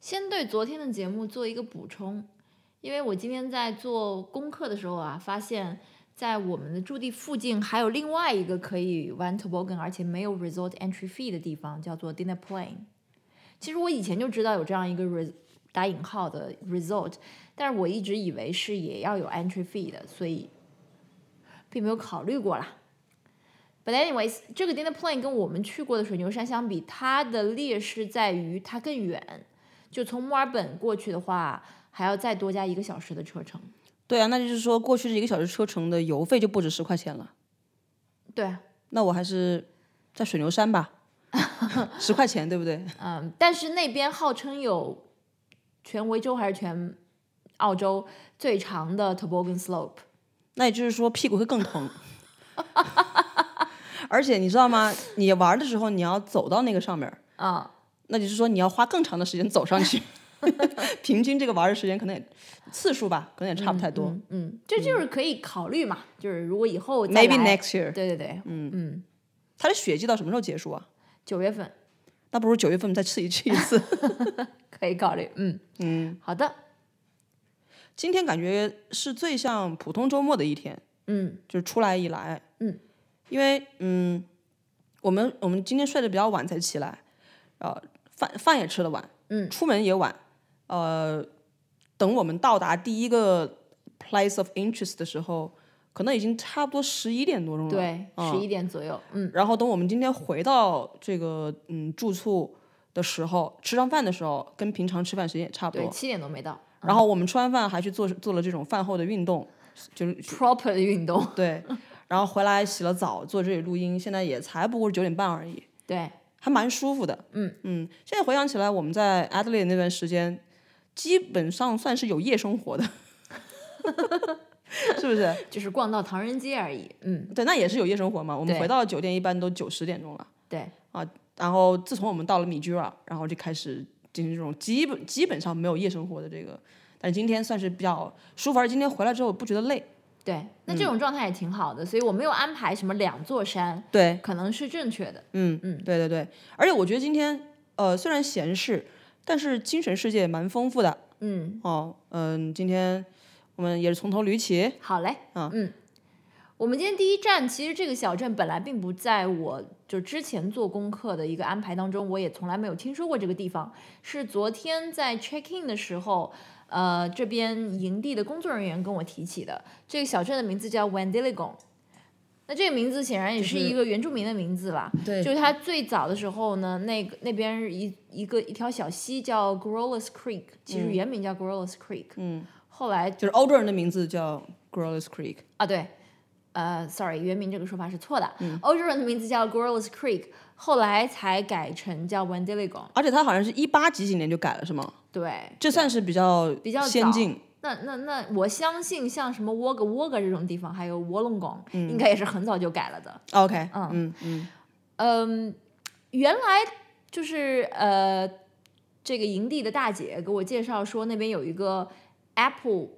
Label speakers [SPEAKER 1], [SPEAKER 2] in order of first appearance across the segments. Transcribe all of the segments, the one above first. [SPEAKER 1] 先对昨天的节目做一个补充，因为我今天在做功课的时候啊，发现，在我们的驻地附近还有另外一个可以玩 toboggan 而且没有 resort entry fee 的地方，叫做 Dinner Plain。其实我以前就知道有这样一个 res 打引号的 resort，但是我一直以为是也要有 entry fee 的，所以并没有考虑过啦。But anyways，这个 Dinner Plain 跟我们去过的水牛山相比，它的劣势在于它更远，就从墨尔本过去的话，还要再多加一个小时的车程。
[SPEAKER 2] 对啊，那就是说过去这一个小时车程的油费就不止十块钱了。
[SPEAKER 1] 对啊，
[SPEAKER 2] 那我还是在水牛山吧， 十块钱对不对？
[SPEAKER 1] 嗯，但是那边号称有全维州还是全澳洲最长的 toboggan slope，
[SPEAKER 2] 那也就是说屁股会更疼。 而且你知道吗？你玩的时候你要走到那个上面，
[SPEAKER 1] 啊、
[SPEAKER 2] 那就是说你要花更长的时间走上去。 平均这个玩的时间可能也次数吧，可能也差不太多。
[SPEAKER 1] 嗯嗯，这就是可以考虑嘛，就是如果以后再
[SPEAKER 2] Maybe
[SPEAKER 1] 来
[SPEAKER 2] next year。
[SPEAKER 1] 对对对，嗯嗯，
[SPEAKER 2] 它的雪季到什么时候结束啊？
[SPEAKER 1] 九月份
[SPEAKER 2] 那不如九月份再去一去一次。
[SPEAKER 1] 可以考虑，嗯嗯，好的，
[SPEAKER 2] 今天感觉是最像普通周末的一天，
[SPEAKER 1] 嗯
[SPEAKER 2] 就是出来以来，
[SPEAKER 1] 嗯，
[SPEAKER 2] 因为嗯，我们我们今天睡得比较晚才起来，呃，饭饭也吃得晚，
[SPEAKER 1] 嗯，
[SPEAKER 2] 出门也晚，呃，等我们到达第一个 place of interest 的时候，可能已经差不多十一点多钟了，
[SPEAKER 1] 对，
[SPEAKER 2] 嗯
[SPEAKER 1] 十一点左右，嗯
[SPEAKER 2] 然后等我们今天回到这个嗯住处的时候，吃上饭的时候，跟平常吃饭时间也差不
[SPEAKER 1] 对，
[SPEAKER 2] 多。
[SPEAKER 1] 七点都没到
[SPEAKER 2] 然后我们吃完饭还去做做了这种饭后的运动，就是
[SPEAKER 1] ，proper 的运动，
[SPEAKER 2] 对。然后回来洗了澡，坐这里录音，现在也才不过是九点半而已，
[SPEAKER 1] 对，
[SPEAKER 2] 还蛮舒服的。嗯嗯，现在回想起来，我们在 Adelaide 那段时间，基本上算是有夜生活的， 是不是？
[SPEAKER 1] 就是逛到唐人街而已，嗯，
[SPEAKER 2] 对，那也是有夜生活嘛。我们
[SPEAKER 1] 对
[SPEAKER 2] 回到酒店一般都九十点钟了。啊
[SPEAKER 1] 对，
[SPEAKER 2] 然后自从我们到了米居尔，然后就开始进行这种基本基本上没有夜生活的这个，但今天算是比较舒服，而且今天回来之后不觉得累。
[SPEAKER 1] 对，那
[SPEAKER 2] 嗯
[SPEAKER 1] 这种状态也挺好的，所以我没有安排什么两座山，
[SPEAKER 2] 对，
[SPEAKER 1] 可能是正确的，
[SPEAKER 2] 嗯嗯，对对对，而且我觉得今天呃虽然闲适，但是精神世界也蛮丰富的
[SPEAKER 1] 嗯，
[SPEAKER 2] 哦。嗯、今天我们也是从头捋起，
[SPEAKER 1] 好嘞，
[SPEAKER 2] 啊
[SPEAKER 1] 嗯，我们今天第一站，其实这个小镇本来并不在我就之前做功课的一个安排当中，我也从来没有听说过这个地方。是昨天在 check in 的时候，呃，这边营地的工作人员跟我提起的。这个小镇的名字叫 Wendigo。那这个名字显然也是
[SPEAKER 2] 就是
[SPEAKER 1] 一个原住民的名字吧？
[SPEAKER 2] 对
[SPEAKER 1] 就是它最早的时候呢，那个那边一一个一条小溪叫 Gorillus Creek，其实原名叫 Gorillus Creek，
[SPEAKER 2] 嗯，
[SPEAKER 1] 后来
[SPEAKER 2] 就是欧洲人的名字叫 Gorillus Creek，
[SPEAKER 1] 啊，对，呃，sorry，原名这个说法是错的。
[SPEAKER 2] 嗯
[SPEAKER 1] 欧洲人的名字叫 Gorillus Creek，后来才改成叫 Wendigo。
[SPEAKER 2] 而且它好像是一八几几年就改了，是吗？
[SPEAKER 1] 对，
[SPEAKER 2] 这算是比较
[SPEAKER 1] 比较
[SPEAKER 2] 先
[SPEAKER 1] 早
[SPEAKER 2] 进，
[SPEAKER 1] 那那那，我相信像什么 Wagga Wagga 这种地方，还有 Wollongong，、应
[SPEAKER 2] 嗯
[SPEAKER 1] 该也是很早就改了的。
[SPEAKER 2] OK，
[SPEAKER 1] 嗯
[SPEAKER 2] 嗯嗯，
[SPEAKER 1] 嗯，原来就是呃，这个营地的大姐给我介绍说，那边有一个 Apple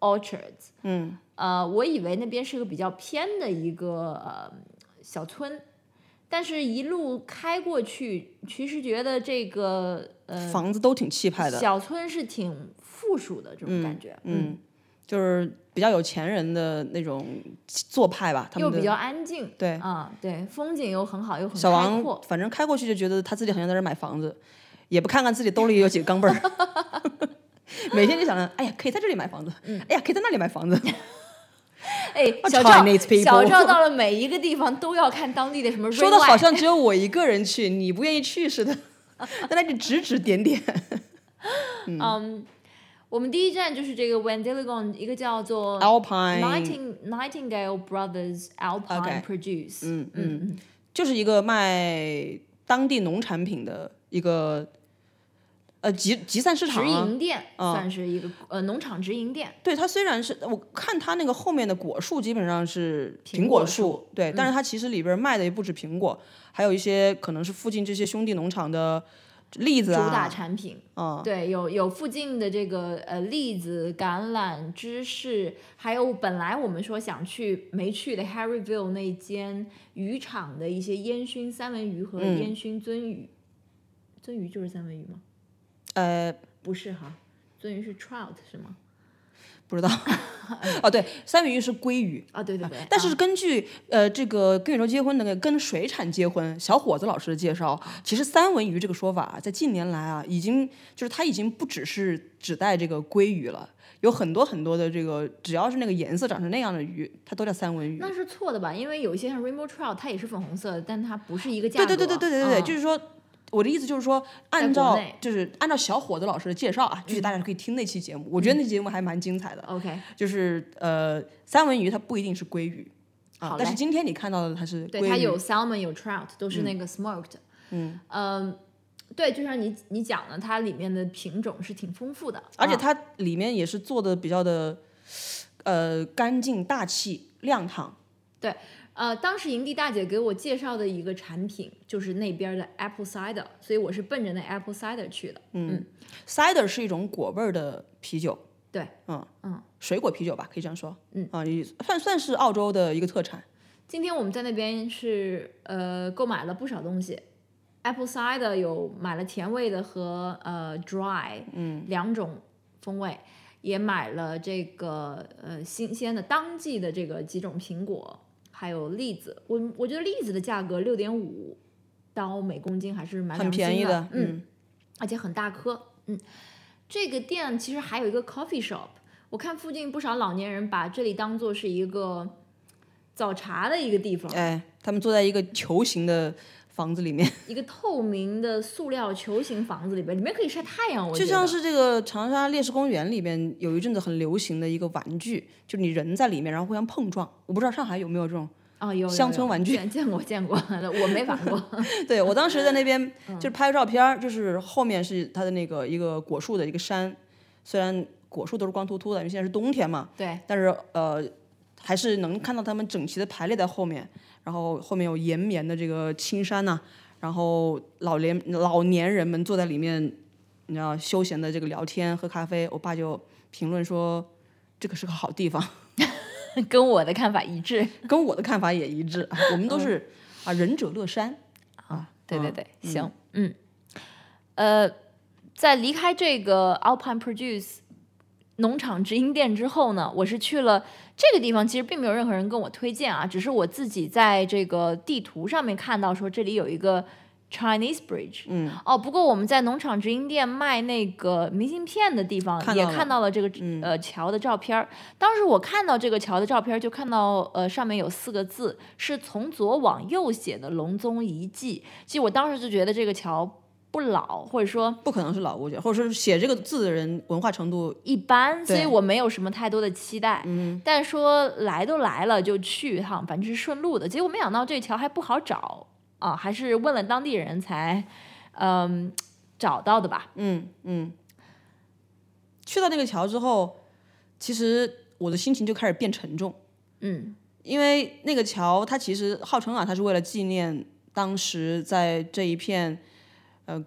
[SPEAKER 1] Orchards。
[SPEAKER 2] 嗯，
[SPEAKER 1] 呃，我以为那边是个比较偏的一个呃小村，但是一路开过去，其实觉得这个呃
[SPEAKER 2] 房子都挺气派的，
[SPEAKER 1] 小村是挺富庶的这种感觉，
[SPEAKER 2] 嗯，就是比较有钱人的那种做派吧，他
[SPEAKER 1] 又
[SPEAKER 2] 们的
[SPEAKER 1] 比较安静，
[SPEAKER 2] 对
[SPEAKER 1] 啊、对，风景又很好，又很
[SPEAKER 2] 小
[SPEAKER 1] 嗯开
[SPEAKER 2] 王
[SPEAKER 1] 阔，，
[SPEAKER 2] 反正开过去就觉得他自己好像在这儿买房子，也不看看自己兜里有几个钢镚儿， 每天就想着，哎呀，可以在这里买房子，
[SPEAKER 1] 嗯
[SPEAKER 2] 哎呀，可以在那里 买房子，
[SPEAKER 1] 哎，
[SPEAKER 2] A
[SPEAKER 1] 小赵
[SPEAKER 2] 啊 Chinese people
[SPEAKER 1] 小赵到了每一个地方都要看当地的什么
[SPEAKER 2] 说的好
[SPEAKER 1] rainlight
[SPEAKER 2] 像只有我一个人去，你不愿意去似的， 在那里指指点点。
[SPEAKER 1] 嗯我们第一站就是这个 Wendigo，一个叫做
[SPEAKER 2] Alpine，
[SPEAKER 1] Nighting Nightingale Brothers Alpine
[SPEAKER 2] OK
[SPEAKER 1] Produce，
[SPEAKER 2] 嗯嗯，就是一个卖当地农产品的一个呃集集散市场
[SPEAKER 1] 直
[SPEAKER 2] 啊、
[SPEAKER 1] 营店、算是一个呃农场直营店，
[SPEAKER 2] 对，它虽然是我看它那个后面的果树基本上是
[SPEAKER 1] 苹
[SPEAKER 2] 苹果
[SPEAKER 1] 果
[SPEAKER 2] 树，对，但是它其实里边卖的也不止苹果，还有一些可能是附近这些兄弟农场的栗子
[SPEAKER 1] 主打
[SPEAKER 2] 啊，
[SPEAKER 1] 产品。
[SPEAKER 2] 嗯，
[SPEAKER 1] 对，有有附近的这个呃栗子、橄榄、芝士，还有本来我们说想去没去的 Harryville 那一间渔场的一些烟熏三文鱼和
[SPEAKER 2] 嗯
[SPEAKER 1] 烟熏鳟鱼。鳟鱼就是三文鱼吗？
[SPEAKER 2] 呃，
[SPEAKER 1] 不是哈，鳟鱼是 trout 是吗？
[SPEAKER 2] 不知道。哦，对，三文鱼是鲑鱼，
[SPEAKER 1] 啊，对对对，
[SPEAKER 2] 但是根据、呃这个跟宇宙结婚那个跟水产结婚小伙子老师的介绍，其实三文鱼这个说法在近年来啊，已经就是它已经不只是指代这个鲑鱼了，有很多很多的这个只要是那个颜色长成那样的鱼，它都叫三文鱼。
[SPEAKER 1] 那是错的吧？因为有一些像 rainbow trout，它也是粉红色的，但它不是一个价
[SPEAKER 2] 对
[SPEAKER 1] 格。
[SPEAKER 2] 对对对对对对对，
[SPEAKER 1] 嗯
[SPEAKER 2] 就是说。我的意思就是说，
[SPEAKER 1] 在
[SPEAKER 2] 按
[SPEAKER 1] 国
[SPEAKER 2] 照
[SPEAKER 1] 内嗯
[SPEAKER 2] 就是按照小伙子老师的介绍啊，具体大家可以听那期节目，我觉得那期节目还蛮精彩的。
[SPEAKER 1] OK，
[SPEAKER 2] 就是呃，三文鱼它不一定是鲑鱼啊
[SPEAKER 1] 好，嘞
[SPEAKER 2] 但是今天你看到的它是
[SPEAKER 1] 对，
[SPEAKER 2] 鲑
[SPEAKER 1] 它
[SPEAKER 2] 鱼，
[SPEAKER 1] 有 salmon 有 trout，都是那个 smoked。嗯对，就像你你讲的，它里面的品种是挺丰富的，
[SPEAKER 2] 而且
[SPEAKER 1] 啊
[SPEAKER 2] 它里面也是做的比较的呃干净、大气、亮堂。
[SPEAKER 1] 呃，当时营地大姐给我介绍的一个产品就是那边的 apple cider，所以我是奔着那 apple cider 去的。
[SPEAKER 2] cider 是一种果味儿的啤酒，
[SPEAKER 1] 对，
[SPEAKER 2] 嗯
[SPEAKER 1] 嗯，
[SPEAKER 2] 水果啤酒吧，可以这样说，
[SPEAKER 1] 嗯
[SPEAKER 2] 啊，也算算是澳洲的一个特产。
[SPEAKER 1] 今天我们在那边是呃购买了不少东西，apple cider 有买了甜味的和呃 dry，嗯，两种风味，也买了这个呃新鲜的当季的这个几种苹果，还有栗子。我我觉得栗子的价格六点五刀每公斤还是蛮
[SPEAKER 2] 很
[SPEAKER 1] 良
[SPEAKER 2] 便
[SPEAKER 1] 心
[SPEAKER 2] 宜
[SPEAKER 1] 的
[SPEAKER 2] 的，
[SPEAKER 1] 嗯，而且很大颗。嗯，这个店其实还有一个 coffee shop，我看附近不少老年人把这里当做是一个早茶的一个地方，
[SPEAKER 2] 哎，他们坐在一个球形的房子里面，
[SPEAKER 1] 一个透明的塑料球形房子里边，里面可以晒太阳，我
[SPEAKER 2] 就
[SPEAKER 1] 觉
[SPEAKER 2] 像
[SPEAKER 1] 得
[SPEAKER 2] 是这个长沙烈士公园里边有一阵子很流行的一个玩具，就是你人在里面，然后互相碰撞。我不知道上海有没有这种。
[SPEAKER 1] 啊、有有
[SPEAKER 2] 乡
[SPEAKER 1] 有
[SPEAKER 2] 村玩具
[SPEAKER 1] 见见过见过， 我没玩过。
[SPEAKER 2] 对我当时在那边
[SPEAKER 1] 嗯
[SPEAKER 2] 就是拍照片儿，就是后面是它的那个一个果树的一个山，虽然果树都是光秃秃的，因为现在是冬天嘛，
[SPEAKER 1] 对，
[SPEAKER 2] 但是呃还是能看到它们整齐的排列在后面，然后后面有延绵的这个青山呐、然后老年老年人们坐在里面，你知道休闲的这个聊天喝咖啡，我爸就评论说这个是个好地方，
[SPEAKER 1] 跟我的看法一致。
[SPEAKER 2] 跟我的看法也一致，啊我们都是啊仁者乐山。
[SPEAKER 1] 啊，对对对，行，嗯，呃，在离开这个 Alpine Produce 农场直营店之后呢，我是去了这个地方，其实并没有任何人跟我推荐啊，只是我自己在这个地图上面看到说这里有一个 Chinese Bridge，嗯，哦，不过我们在农场直营店卖那个明信片的地方
[SPEAKER 2] 看
[SPEAKER 1] 也
[SPEAKER 2] 到了嗯
[SPEAKER 1] 看到了这个、呃桥的照片儿，当时我看到这个桥的照片，就看到呃上面有四个字，是从左往右写的“龙宗遗迹”。其实我当时就觉得这个桥不老，或者说
[SPEAKER 2] 不可能是老物件，或者说是写这个字的人文化程度，
[SPEAKER 1] 一般，所
[SPEAKER 2] 对
[SPEAKER 1] 以我没有什么太多的期待。嗯，但说来都来了，就去一趟，反正是顺路的。结果没想到这桥还不好找啊，还是问了当地人才，嗯，找到的吧。
[SPEAKER 2] 嗯嗯。去到那个桥之后，其实我的心情就开始变沉重，
[SPEAKER 1] 嗯，
[SPEAKER 2] 因为那个桥它其实号称啊，它是为了纪念当时在这一片呃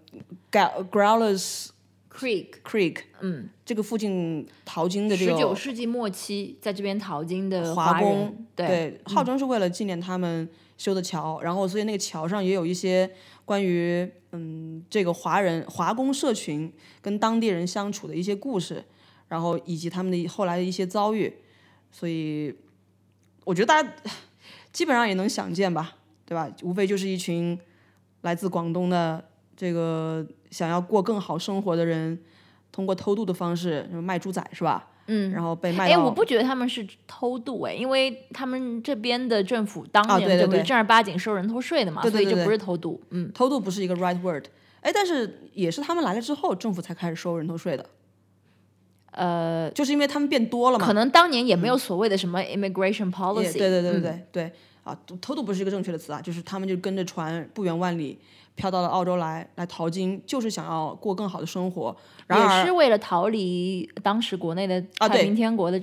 [SPEAKER 2] Growlers
[SPEAKER 1] Creek，
[SPEAKER 2] Creek
[SPEAKER 1] 嗯，
[SPEAKER 2] 这个附近淘金的这
[SPEAKER 1] 十九
[SPEAKER 2] 个
[SPEAKER 1] 世纪末期在这边淘金的
[SPEAKER 2] 华
[SPEAKER 1] 人
[SPEAKER 2] 工，，
[SPEAKER 1] 对，嗯
[SPEAKER 2] 号称是为了纪念他们修的桥，然后所以那个桥上也有一些关于嗯这个华人华工社群跟当地人相处的一些故事，然后以及他们的后来的一些遭遇，所以我觉得大家 基本上也能想见吧，对吧？无非就是一群来自广东的这个想要过更好生活的人，通过偷渡的方式，什么卖猪仔是吧？嗯，然后被卖
[SPEAKER 1] 哎，
[SPEAKER 2] 到
[SPEAKER 1] 我不觉得他们是偷渡哎，因为他们这边的政府当
[SPEAKER 2] 啊
[SPEAKER 1] 年
[SPEAKER 2] 对对
[SPEAKER 1] 就不是
[SPEAKER 2] 对
[SPEAKER 1] 正儿八经收人头税的嘛，
[SPEAKER 2] 对对对
[SPEAKER 1] 所以就
[SPEAKER 2] 对
[SPEAKER 1] 不是偷渡。嗯，
[SPEAKER 2] 偷渡不是一个 right word，哎，但是也是他们来了之后，政府才开始收人头税的，
[SPEAKER 1] 呃，
[SPEAKER 2] 就是因为他们变多了嘛。嗯
[SPEAKER 1] 可能当年也没有所谓的什么 immigration
[SPEAKER 2] 也
[SPEAKER 1] policy。
[SPEAKER 2] 对对对对
[SPEAKER 1] 嗯
[SPEAKER 2] 对、对啊，偷偷渡不是一个正确的词啊，就是他们就跟着船不远万里飘到了澳洲来来淘金，就是想要过更好的生活。然
[SPEAKER 1] 也
[SPEAKER 2] 而
[SPEAKER 1] 是为了逃离当时国内的
[SPEAKER 2] 啊
[SPEAKER 1] 太
[SPEAKER 2] 对
[SPEAKER 1] 平天国的，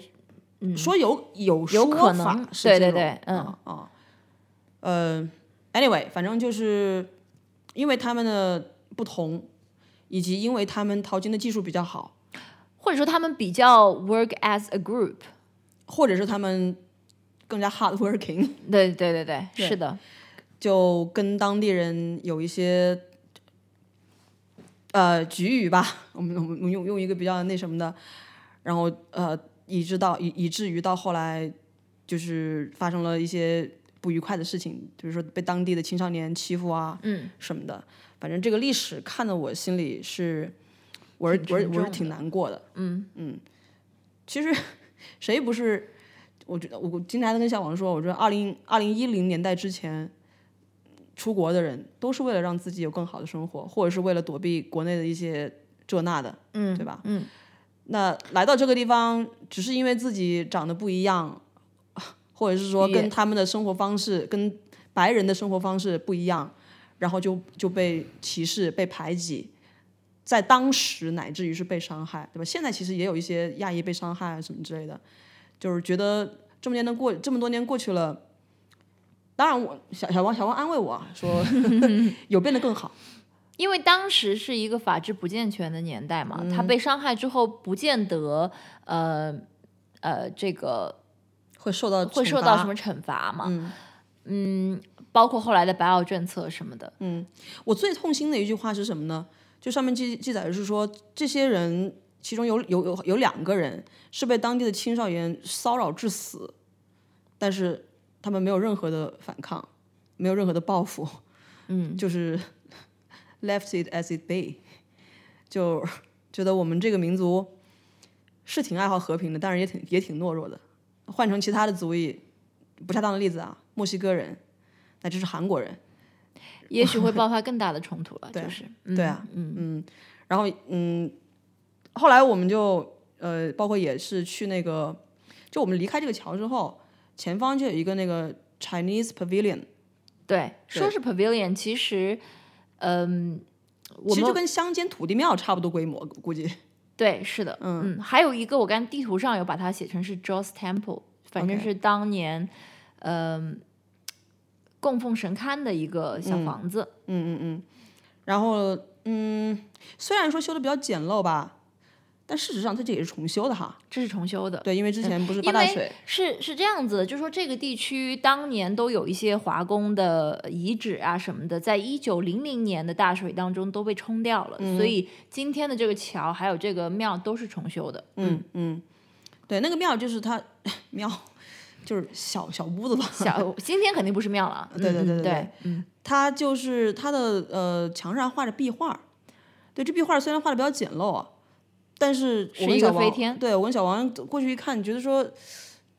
[SPEAKER 1] 嗯，
[SPEAKER 2] 说有有
[SPEAKER 1] 有
[SPEAKER 2] 说
[SPEAKER 1] 可
[SPEAKER 2] 法
[SPEAKER 1] 能，
[SPEAKER 2] 是
[SPEAKER 1] 对对
[SPEAKER 2] 这种
[SPEAKER 1] 对，嗯
[SPEAKER 2] 啊啊，呃，anyway，反正就是因为他们的不同，以及因为他们淘金的技术比较好，
[SPEAKER 1] 或者说他们比较 work as a group。
[SPEAKER 2] 或者是他们更加 hard working。
[SPEAKER 1] 对对对对，
[SPEAKER 2] 对
[SPEAKER 1] 是的，
[SPEAKER 2] 就跟当地人有一些呃局语吧，我们我们我们用用一个比较那什么的，然后呃以致到以以至于到后来就是发生了一些不愉快的事情，比如说被当地的青少年欺负啊，
[SPEAKER 1] 嗯，
[SPEAKER 2] 什么的，反正这个历史看的我心里是，我是
[SPEAKER 1] 挺
[SPEAKER 2] 我是
[SPEAKER 1] 沉
[SPEAKER 2] 我是
[SPEAKER 1] 重
[SPEAKER 2] 挺难过的，嗯嗯，其实 谁不是？我觉得我经常跟小王说，我说二零二零一零年代之前出国的人，都是为了让自己有更好的生活，或者是为了躲避国内的一些这那的，
[SPEAKER 1] 嗯，
[SPEAKER 2] 对吧？
[SPEAKER 1] 嗯，
[SPEAKER 2] 那来到这个地方，只是因为自己长得不一样， 或者是说
[SPEAKER 1] 也
[SPEAKER 2] 跟他们的生活方式、跟白人的生活方式不一样，然后就就被歧视、被排挤，在当时乃至于是被伤害，对吧？现在其实也有一些亚裔被伤害啊什么之类的，就是觉得这么年的过这么多年过去了。当然我，小小王小王安慰我啊说 有变得更好，
[SPEAKER 1] 因为当时是一个法制不健全的年代嘛，
[SPEAKER 2] 嗯
[SPEAKER 1] 他被伤害之后，不见得呃呃这个
[SPEAKER 2] 会受到
[SPEAKER 1] 会
[SPEAKER 2] 惩
[SPEAKER 1] 受到
[SPEAKER 2] 罚
[SPEAKER 1] 什么惩罚嘛，
[SPEAKER 2] 嗯
[SPEAKER 1] 嗯包括后来的白澳政策什么的，
[SPEAKER 2] 我最痛心的一句话是什么呢？就上面记记载的是说，这些人其中有有有有两个人是被当地的青少年骚扰致死，但是他们没有任何的反抗，没有任何的报复，嗯， 就是 left it as it be，就觉得我们这个民族是挺爱好和平的，但是也挺也挺懦弱的。换成其他的族裔，不恰当的例子啊，墨西哥人，乃至是韩国人。
[SPEAKER 1] 也许会爆发更大的冲突了，就是
[SPEAKER 2] 对啊，嗯然后嗯，后来我们就呃，包括也是去那个，就我们离开这个桥之后，前方就有一个那个 Chinese Pavilion，
[SPEAKER 1] 对，说是 pavilion，其实嗯。我
[SPEAKER 2] 其实
[SPEAKER 1] 们
[SPEAKER 2] 就跟乡间土地庙差不多规模，估计
[SPEAKER 1] 对，是的，嗯还有一个我看地图上有把它写成是 Joss Temple，反正
[SPEAKER 2] OK
[SPEAKER 1] 是当年嗯、供奉神龛的一个小
[SPEAKER 2] 嗯
[SPEAKER 1] 房子，
[SPEAKER 2] 然后嗯，虽然说修的比较简陋吧，但事实上它这也是重修的哈。
[SPEAKER 1] 这是重修的。
[SPEAKER 2] 对，因为之前不是
[SPEAKER 1] 因
[SPEAKER 2] 八大
[SPEAKER 1] 为
[SPEAKER 2] 水，
[SPEAKER 1] 是是这样子的，就说这个地区当年都有一些华工的遗址啊什么的，在一九零零年的大水当中都被冲掉了，
[SPEAKER 2] 嗯
[SPEAKER 1] 所以今天的这个桥还有这个庙都是重修的。嗯，
[SPEAKER 2] 对那个庙就是它 庙，就是小小屋子吧，
[SPEAKER 1] 小今天肯定不是庙了。
[SPEAKER 2] 对对
[SPEAKER 1] 嗯
[SPEAKER 2] 对
[SPEAKER 1] 嗯
[SPEAKER 2] 对对它就是它的呃墙上画着壁画儿，对，这壁画儿虽然画的比较简陋啊，但是我
[SPEAKER 1] 是
[SPEAKER 2] 跟
[SPEAKER 1] 一个
[SPEAKER 2] 小王
[SPEAKER 1] 飞天
[SPEAKER 2] 对我跟小王过去一看，觉得说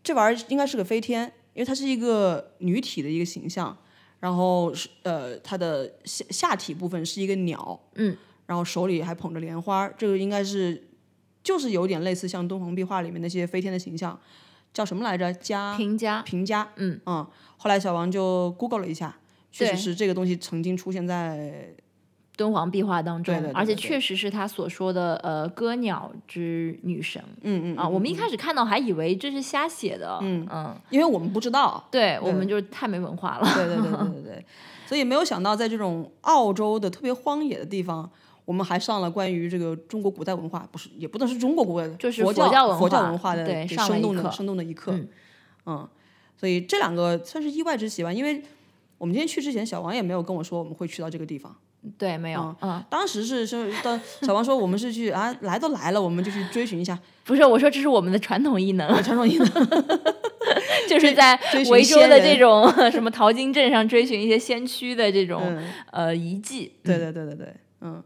[SPEAKER 2] 这玩意儿应该是个飞天，因为它是一个女体的一个形象，然后是呃它的下下体部分是一个鸟，
[SPEAKER 1] 嗯，
[SPEAKER 2] 然后手里还捧着莲花儿，这个应该是就是有点类似像敦煌壁画里面那些飞天的形象，叫什么来着？加
[SPEAKER 1] 嗯平家
[SPEAKER 2] 评价，
[SPEAKER 1] 嗯
[SPEAKER 2] 后来小王就 Google 了一下，确实
[SPEAKER 1] 对
[SPEAKER 2] 是这个东西曾经出现在
[SPEAKER 1] 敦煌壁画当中，
[SPEAKER 2] 对对对
[SPEAKER 1] 而且
[SPEAKER 2] 对对
[SPEAKER 1] 确实是他所说的呃歌鸟之女神
[SPEAKER 2] 嗯嗯
[SPEAKER 1] 啊。我们一开始看到还以为这是瞎写的，嗯嗯，
[SPEAKER 2] 因为我们不知道，
[SPEAKER 1] 对我们就是太没文化了。
[SPEAKER 2] 对对对对 对对，所以没有想到在这种澳洲的特别荒野的地方。我们还上了关于这个中国古代文化，不是也不能是中国古代，
[SPEAKER 1] 就是
[SPEAKER 2] 佛
[SPEAKER 1] 佛教文化
[SPEAKER 2] 佛教文化的
[SPEAKER 1] 对
[SPEAKER 2] 这
[SPEAKER 1] 上了
[SPEAKER 2] 生
[SPEAKER 1] 一
[SPEAKER 2] 动
[SPEAKER 1] 课
[SPEAKER 2] 的生动的一课，
[SPEAKER 1] 嗯
[SPEAKER 2] 嗯，所以这两个算是意外之喜吧，因为我们今天去之前，小王也没有跟我说我们会去到这个地方，
[SPEAKER 1] 对，没有，嗯，
[SPEAKER 2] 当时是是当小王说我们是去啊，来都来了，我们就去追寻一下，
[SPEAKER 1] 不是我说这是我们的传统异能，
[SPEAKER 2] 哦传统艺能。
[SPEAKER 1] 就是在
[SPEAKER 2] 追寻
[SPEAKER 1] 维州的
[SPEAKER 2] 先
[SPEAKER 1] 这
[SPEAKER 2] 人
[SPEAKER 1] 种 什么淘金镇上追寻一些先驱的这种、
[SPEAKER 2] 嗯，
[SPEAKER 1] 呃遗迹。
[SPEAKER 2] 对对对对对，嗯，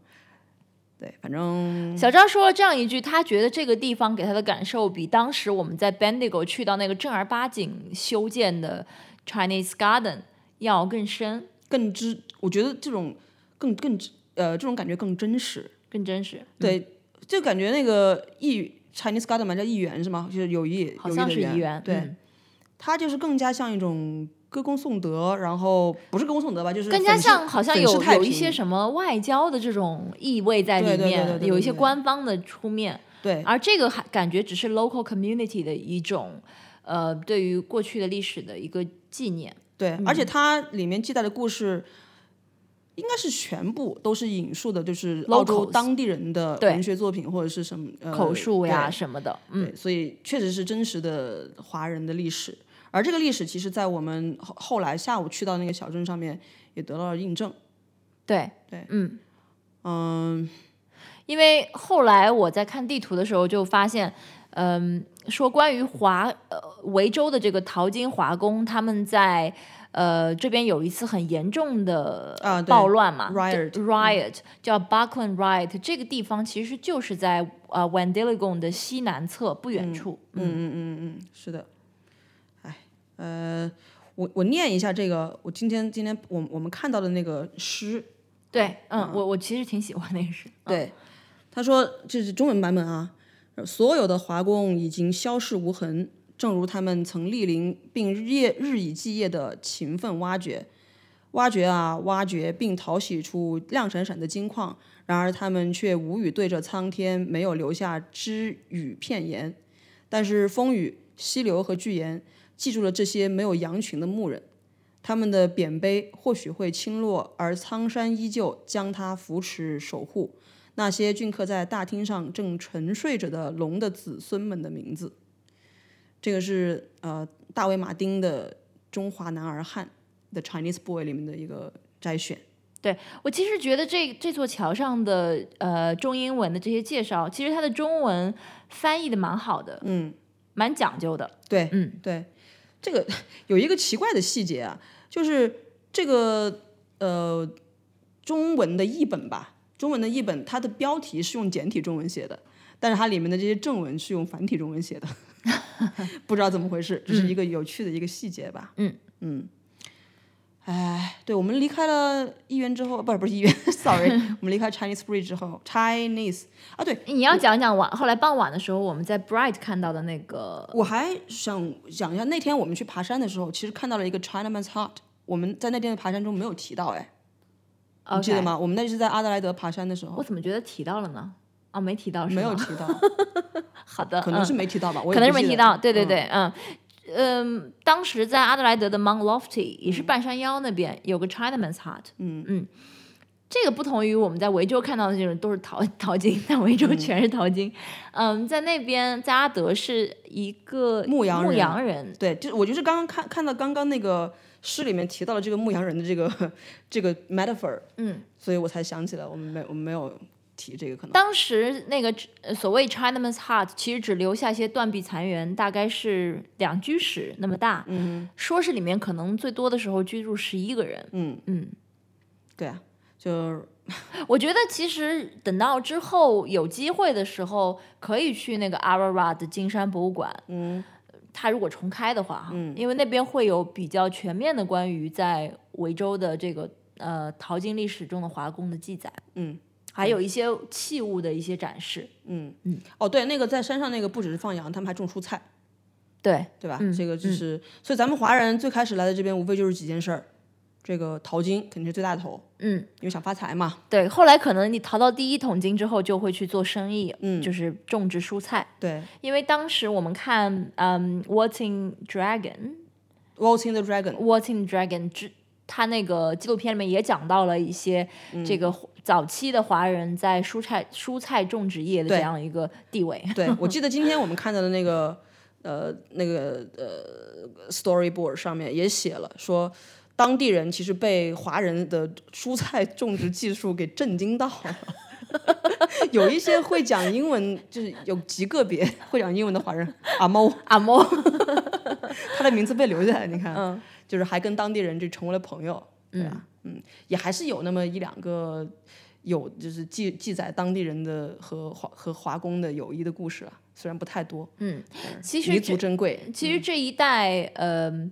[SPEAKER 2] 对，反正
[SPEAKER 1] 小张说了这样一句，他觉得这个地方给他的感受比当时我们在 Bendigo 去到那个正儿八经修建的 Chinese Garden 要更深、
[SPEAKER 2] 更知，我觉得这种更更知呃这种感觉更真实，
[SPEAKER 1] 更真实。
[SPEAKER 2] 对，就感觉那个艺 Chinese Garden 嘛叫艺园是吗？就是友谊，
[SPEAKER 1] 好
[SPEAKER 2] 友谊
[SPEAKER 1] 像
[SPEAKER 2] 的
[SPEAKER 1] 是
[SPEAKER 2] 园
[SPEAKER 1] 怡园，
[SPEAKER 2] 对，
[SPEAKER 1] 嗯
[SPEAKER 2] 它就是更加像一种歌功颂德，然后不是歌功颂德吧，就是
[SPEAKER 1] 更加
[SPEAKER 2] 粉饰
[SPEAKER 1] 像好像
[SPEAKER 2] 粉饰
[SPEAKER 1] 有
[SPEAKER 2] 太
[SPEAKER 1] 有一
[SPEAKER 2] 平
[SPEAKER 1] 些什么外交的这种意味在
[SPEAKER 2] 对
[SPEAKER 1] 里
[SPEAKER 2] 对对对
[SPEAKER 1] 面，
[SPEAKER 2] 对
[SPEAKER 1] 有一
[SPEAKER 2] 对
[SPEAKER 1] 些
[SPEAKER 2] 对
[SPEAKER 1] 官方的出面，
[SPEAKER 2] 对
[SPEAKER 1] 而这个还感觉只是 local community 的一种呃对于过去的历史的一个纪念。
[SPEAKER 2] 对，而且它里面记载的故事，应该是全部都是引述的，就是澳洲
[SPEAKER 1] Locals
[SPEAKER 2] 当地人的
[SPEAKER 1] 对
[SPEAKER 2] 文学作品或者是什么、呃、
[SPEAKER 1] 口述呀
[SPEAKER 2] 对
[SPEAKER 1] 什么的，
[SPEAKER 2] 对
[SPEAKER 1] 嗯，
[SPEAKER 2] 所以确实是真实的华人的历史。而这个历史，其实在我们后后来下午去到那个小镇上面，也得到了印证。
[SPEAKER 1] 对
[SPEAKER 2] 对，
[SPEAKER 1] 嗯，
[SPEAKER 2] 嗯，
[SPEAKER 1] 因为后来我在看地图的时候就发现，嗯，说关于华呃维州的这个淘金华工，他们在呃这边有一次很严重的
[SPEAKER 2] 啊对
[SPEAKER 1] 暴乱嘛、
[SPEAKER 2] Riot，嗯
[SPEAKER 1] 就 riot 叫 Buckland riot，这个地方其实就是在呃 Wendigo 的西南侧不远处，嗯
[SPEAKER 2] 嗯，是的，哎，呃，我我念一下这个，我今天今天我我们看到的那个诗，
[SPEAKER 1] 对，嗯，我我其实挺喜欢那个是，
[SPEAKER 2] 对，他说这是中文版本啊，所有的华工已经消逝无痕，正如他们曾莅临并日夜日以继夜的勤奋挖掘。挖掘啊，挖掘，并淘洗出亮闪闪的金矿。然而他们却无语对着苍天，没有留下只语片言。但是风雨、溪流和巨岩记住了这些没有羊群的牧人，他们的扁碑或许会倾落，而苍山依旧将它扶持守护。那些镌刻在大厅上正沉睡着的龙的子孙们的名字。这个是呃大卫马丁的《中华男儿汉》的 Chinese Boy 里面的一个摘选。
[SPEAKER 1] 对我其实觉得这这座桥上的呃中英文的这些介绍，其实它的中文翻译的蛮好的，
[SPEAKER 2] 嗯，
[SPEAKER 1] 蛮讲究的。
[SPEAKER 2] 对，
[SPEAKER 1] 嗯，
[SPEAKER 2] 对，这个有一个奇怪的细节啊，就是这个呃中文的译本吧，中文的译本它的标题是用简体中文写的，但是它里面的这些正文是用繁体中 文写的，不知道怎么回事，这是一个有趣的一个细节吧。
[SPEAKER 1] 嗯
[SPEAKER 2] 嗯。哎，对我们离开了医院之后，不是不是医院 ，sorry，我们离开 Chinese Bridge 之后，Chinese 啊，对
[SPEAKER 1] 你要讲讲晚后来傍晚的时候，我们在 Bright 看到的那个，
[SPEAKER 2] 我还想讲一下，那天我们去爬山的时候，其实看到了一个 Chinaman's Hut。我们在那天的爬山中没有提到，哎，你记得
[SPEAKER 1] OK
[SPEAKER 2] 吗？我们那是在阿德莱德爬山的时候
[SPEAKER 1] 我怎么觉得提到了呢？哦，没提到是
[SPEAKER 2] 没有
[SPEAKER 1] 吗
[SPEAKER 2] 提到，
[SPEAKER 1] 好的，
[SPEAKER 2] 可能
[SPEAKER 1] 嗯
[SPEAKER 2] 是没提 到吧，我也
[SPEAKER 1] 可能是
[SPEAKER 2] 不
[SPEAKER 1] 没
[SPEAKER 2] 记
[SPEAKER 1] 提
[SPEAKER 2] 得了
[SPEAKER 1] 到，对对对，嗯。嗯，当时在阿德莱德的 Mount Lofty 也是半山腰那边、有个 Chinaman's Hut，
[SPEAKER 2] 嗯
[SPEAKER 1] 嗯，这个不同于我们在维州看到的那种都是淘淘金，但维州全是淘金，嗯在那边在阿德是一个
[SPEAKER 2] 牧羊
[SPEAKER 1] 牧
[SPEAKER 2] 人
[SPEAKER 1] 羊人，
[SPEAKER 2] 对，就我就是刚刚看看到刚刚那个诗里面提到了这个牧羊人的这个 这个 metaphor，
[SPEAKER 1] 嗯，
[SPEAKER 2] 所以我才想起来我们没我们没有提这个可能。
[SPEAKER 1] 当时那个呃所谓 Chinaman's Hut 其实只留下一些断壁残垣，大概是两居室那么大，嗯，说是里面可能最多的时候居住十一个人，
[SPEAKER 2] 嗯
[SPEAKER 1] 嗯。
[SPEAKER 2] 对啊，就
[SPEAKER 1] 我觉得其实等到之后有机会的时候，可以去那个阿拉拉的金山博物馆。嗯，它如果重开的话，嗯，因为那边会有比较全面的关于在维州的这个呃淘金历史中的华工的记载，
[SPEAKER 2] 嗯，
[SPEAKER 1] 还有一些器物的一些展示。
[SPEAKER 2] 嗯嗯哦对，那个在山上那个不只是放羊，他们还种蔬菜。
[SPEAKER 1] 对，
[SPEAKER 2] 对吧？
[SPEAKER 1] 嗯
[SPEAKER 2] 这个就是，所以咱们华人最开始来到这边，无非就是几件事儿，这个淘金肯定是最大头，
[SPEAKER 1] 嗯，
[SPEAKER 2] 因为想发财嘛，
[SPEAKER 1] 对。后来可能你淘到第一桶金之后，就会去做生意，嗯，就是种植蔬菜。
[SPEAKER 2] 对。
[SPEAKER 1] 因为当时我们看，嗯，《What's in Dragon》
[SPEAKER 2] Waltz in the Dragon，
[SPEAKER 1] What's in Dragon 之，他那个纪录片里面也讲到了一些这个早期的华人在蔬菜蔬菜种植业的这
[SPEAKER 2] 对
[SPEAKER 1] 样一个地位。
[SPEAKER 2] 对我记得今天我们看到的那个，呃，那个呃，storyboard 上面也写了说。当地人其实被华人的蔬菜种植技术给震惊到了， 有一些会讲英文，就是有极个别会讲英文的华人，阿猫
[SPEAKER 1] 阿猫，
[SPEAKER 2] 他的名字被留下来，你看，
[SPEAKER 1] 嗯
[SPEAKER 2] 就是还跟当地人就成为了朋友，对吧？嗯也还是有那么一两个有就是记记载当地人的和华和华工的友谊的故事啊，虽然不太多，
[SPEAKER 1] 嗯，
[SPEAKER 2] 但是
[SPEAKER 1] 其实
[SPEAKER 2] 弥
[SPEAKER 1] 这
[SPEAKER 2] 足珍贵。
[SPEAKER 1] 其实这一带，呃，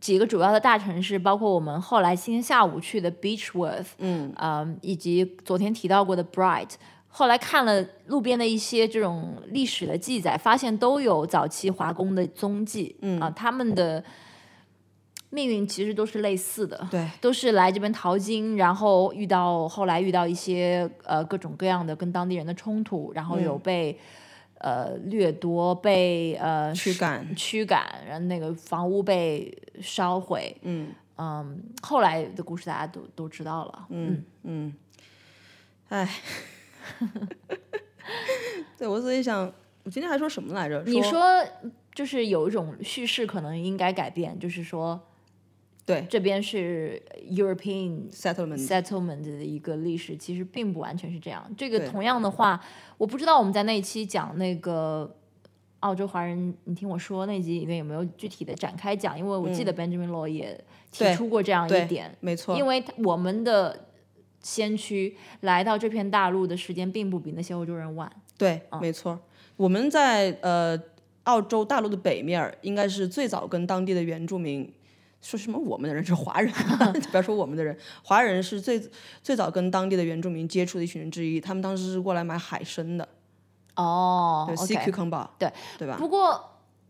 [SPEAKER 1] 几个主要的大城市，包括我们后来今天下午去的 Beechworth，
[SPEAKER 2] 嗯，
[SPEAKER 1] 嗯，以及昨天提到过的 Bright。后来看了路边的一些这种历史的记载，发现都有早期华工的踪迹。嗯啊，他们的命运其实都是类似的，
[SPEAKER 2] 对，
[SPEAKER 1] 都是来这边淘金，然后遇到后来遇到一些呃各种各样的跟当地人的冲突，然后有被、呃掠夺，被呃
[SPEAKER 2] 驱赶
[SPEAKER 1] 驱赶，然后那个房屋被烧毁。
[SPEAKER 2] 嗯
[SPEAKER 1] 嗯，后来的故事大家都都知道了。嗯
[SPEAKER 2] 嗯，哎， 对我所以想，我今天还说什么来着？
[SPEAKER 1] 你说就是有一种叙事可能应该改变，就是说
[SPEAKER 2] 对
[SPEAKER 1] 这边是 European
[SPEAKER 2] settlement
[SPEAKER 1] settlement 的一个历史，其实并不完全是这样。这个同样的话，我不知道我们在那一期讲那个澳洲华人，你听我说那集里面有没有具体的展开讲？因为我记得 Benjamin Law 也提出过这样一点，
[SPEAKER 2] 没嗯错，
[SPEAKER 1] 因为我们的先驱来到这片大陆的时间并不比那些欧洲人晚。
[SPEAKER 2] 对，
[SPEAKER 1] 哦
[SPEAKER 2] 没错。我们在呃澳洲大陆的北面儿，应该是最早跟当地的原住民说什么我们的人是华人，啊 不要说我们的人，华人是最最早跟当地的原住民接触的一群人之一。他们当时是过来买海参的，
[SPEAKER 1] 哦
[SPEAKER 2] 对，sea
[SPEAKER 1] ，OK。
[SPEAKER 2] cucumber，
[SPEAKER 1] 对
[SPEAKER 2] 对吧？
[SPEAKER 1] 不过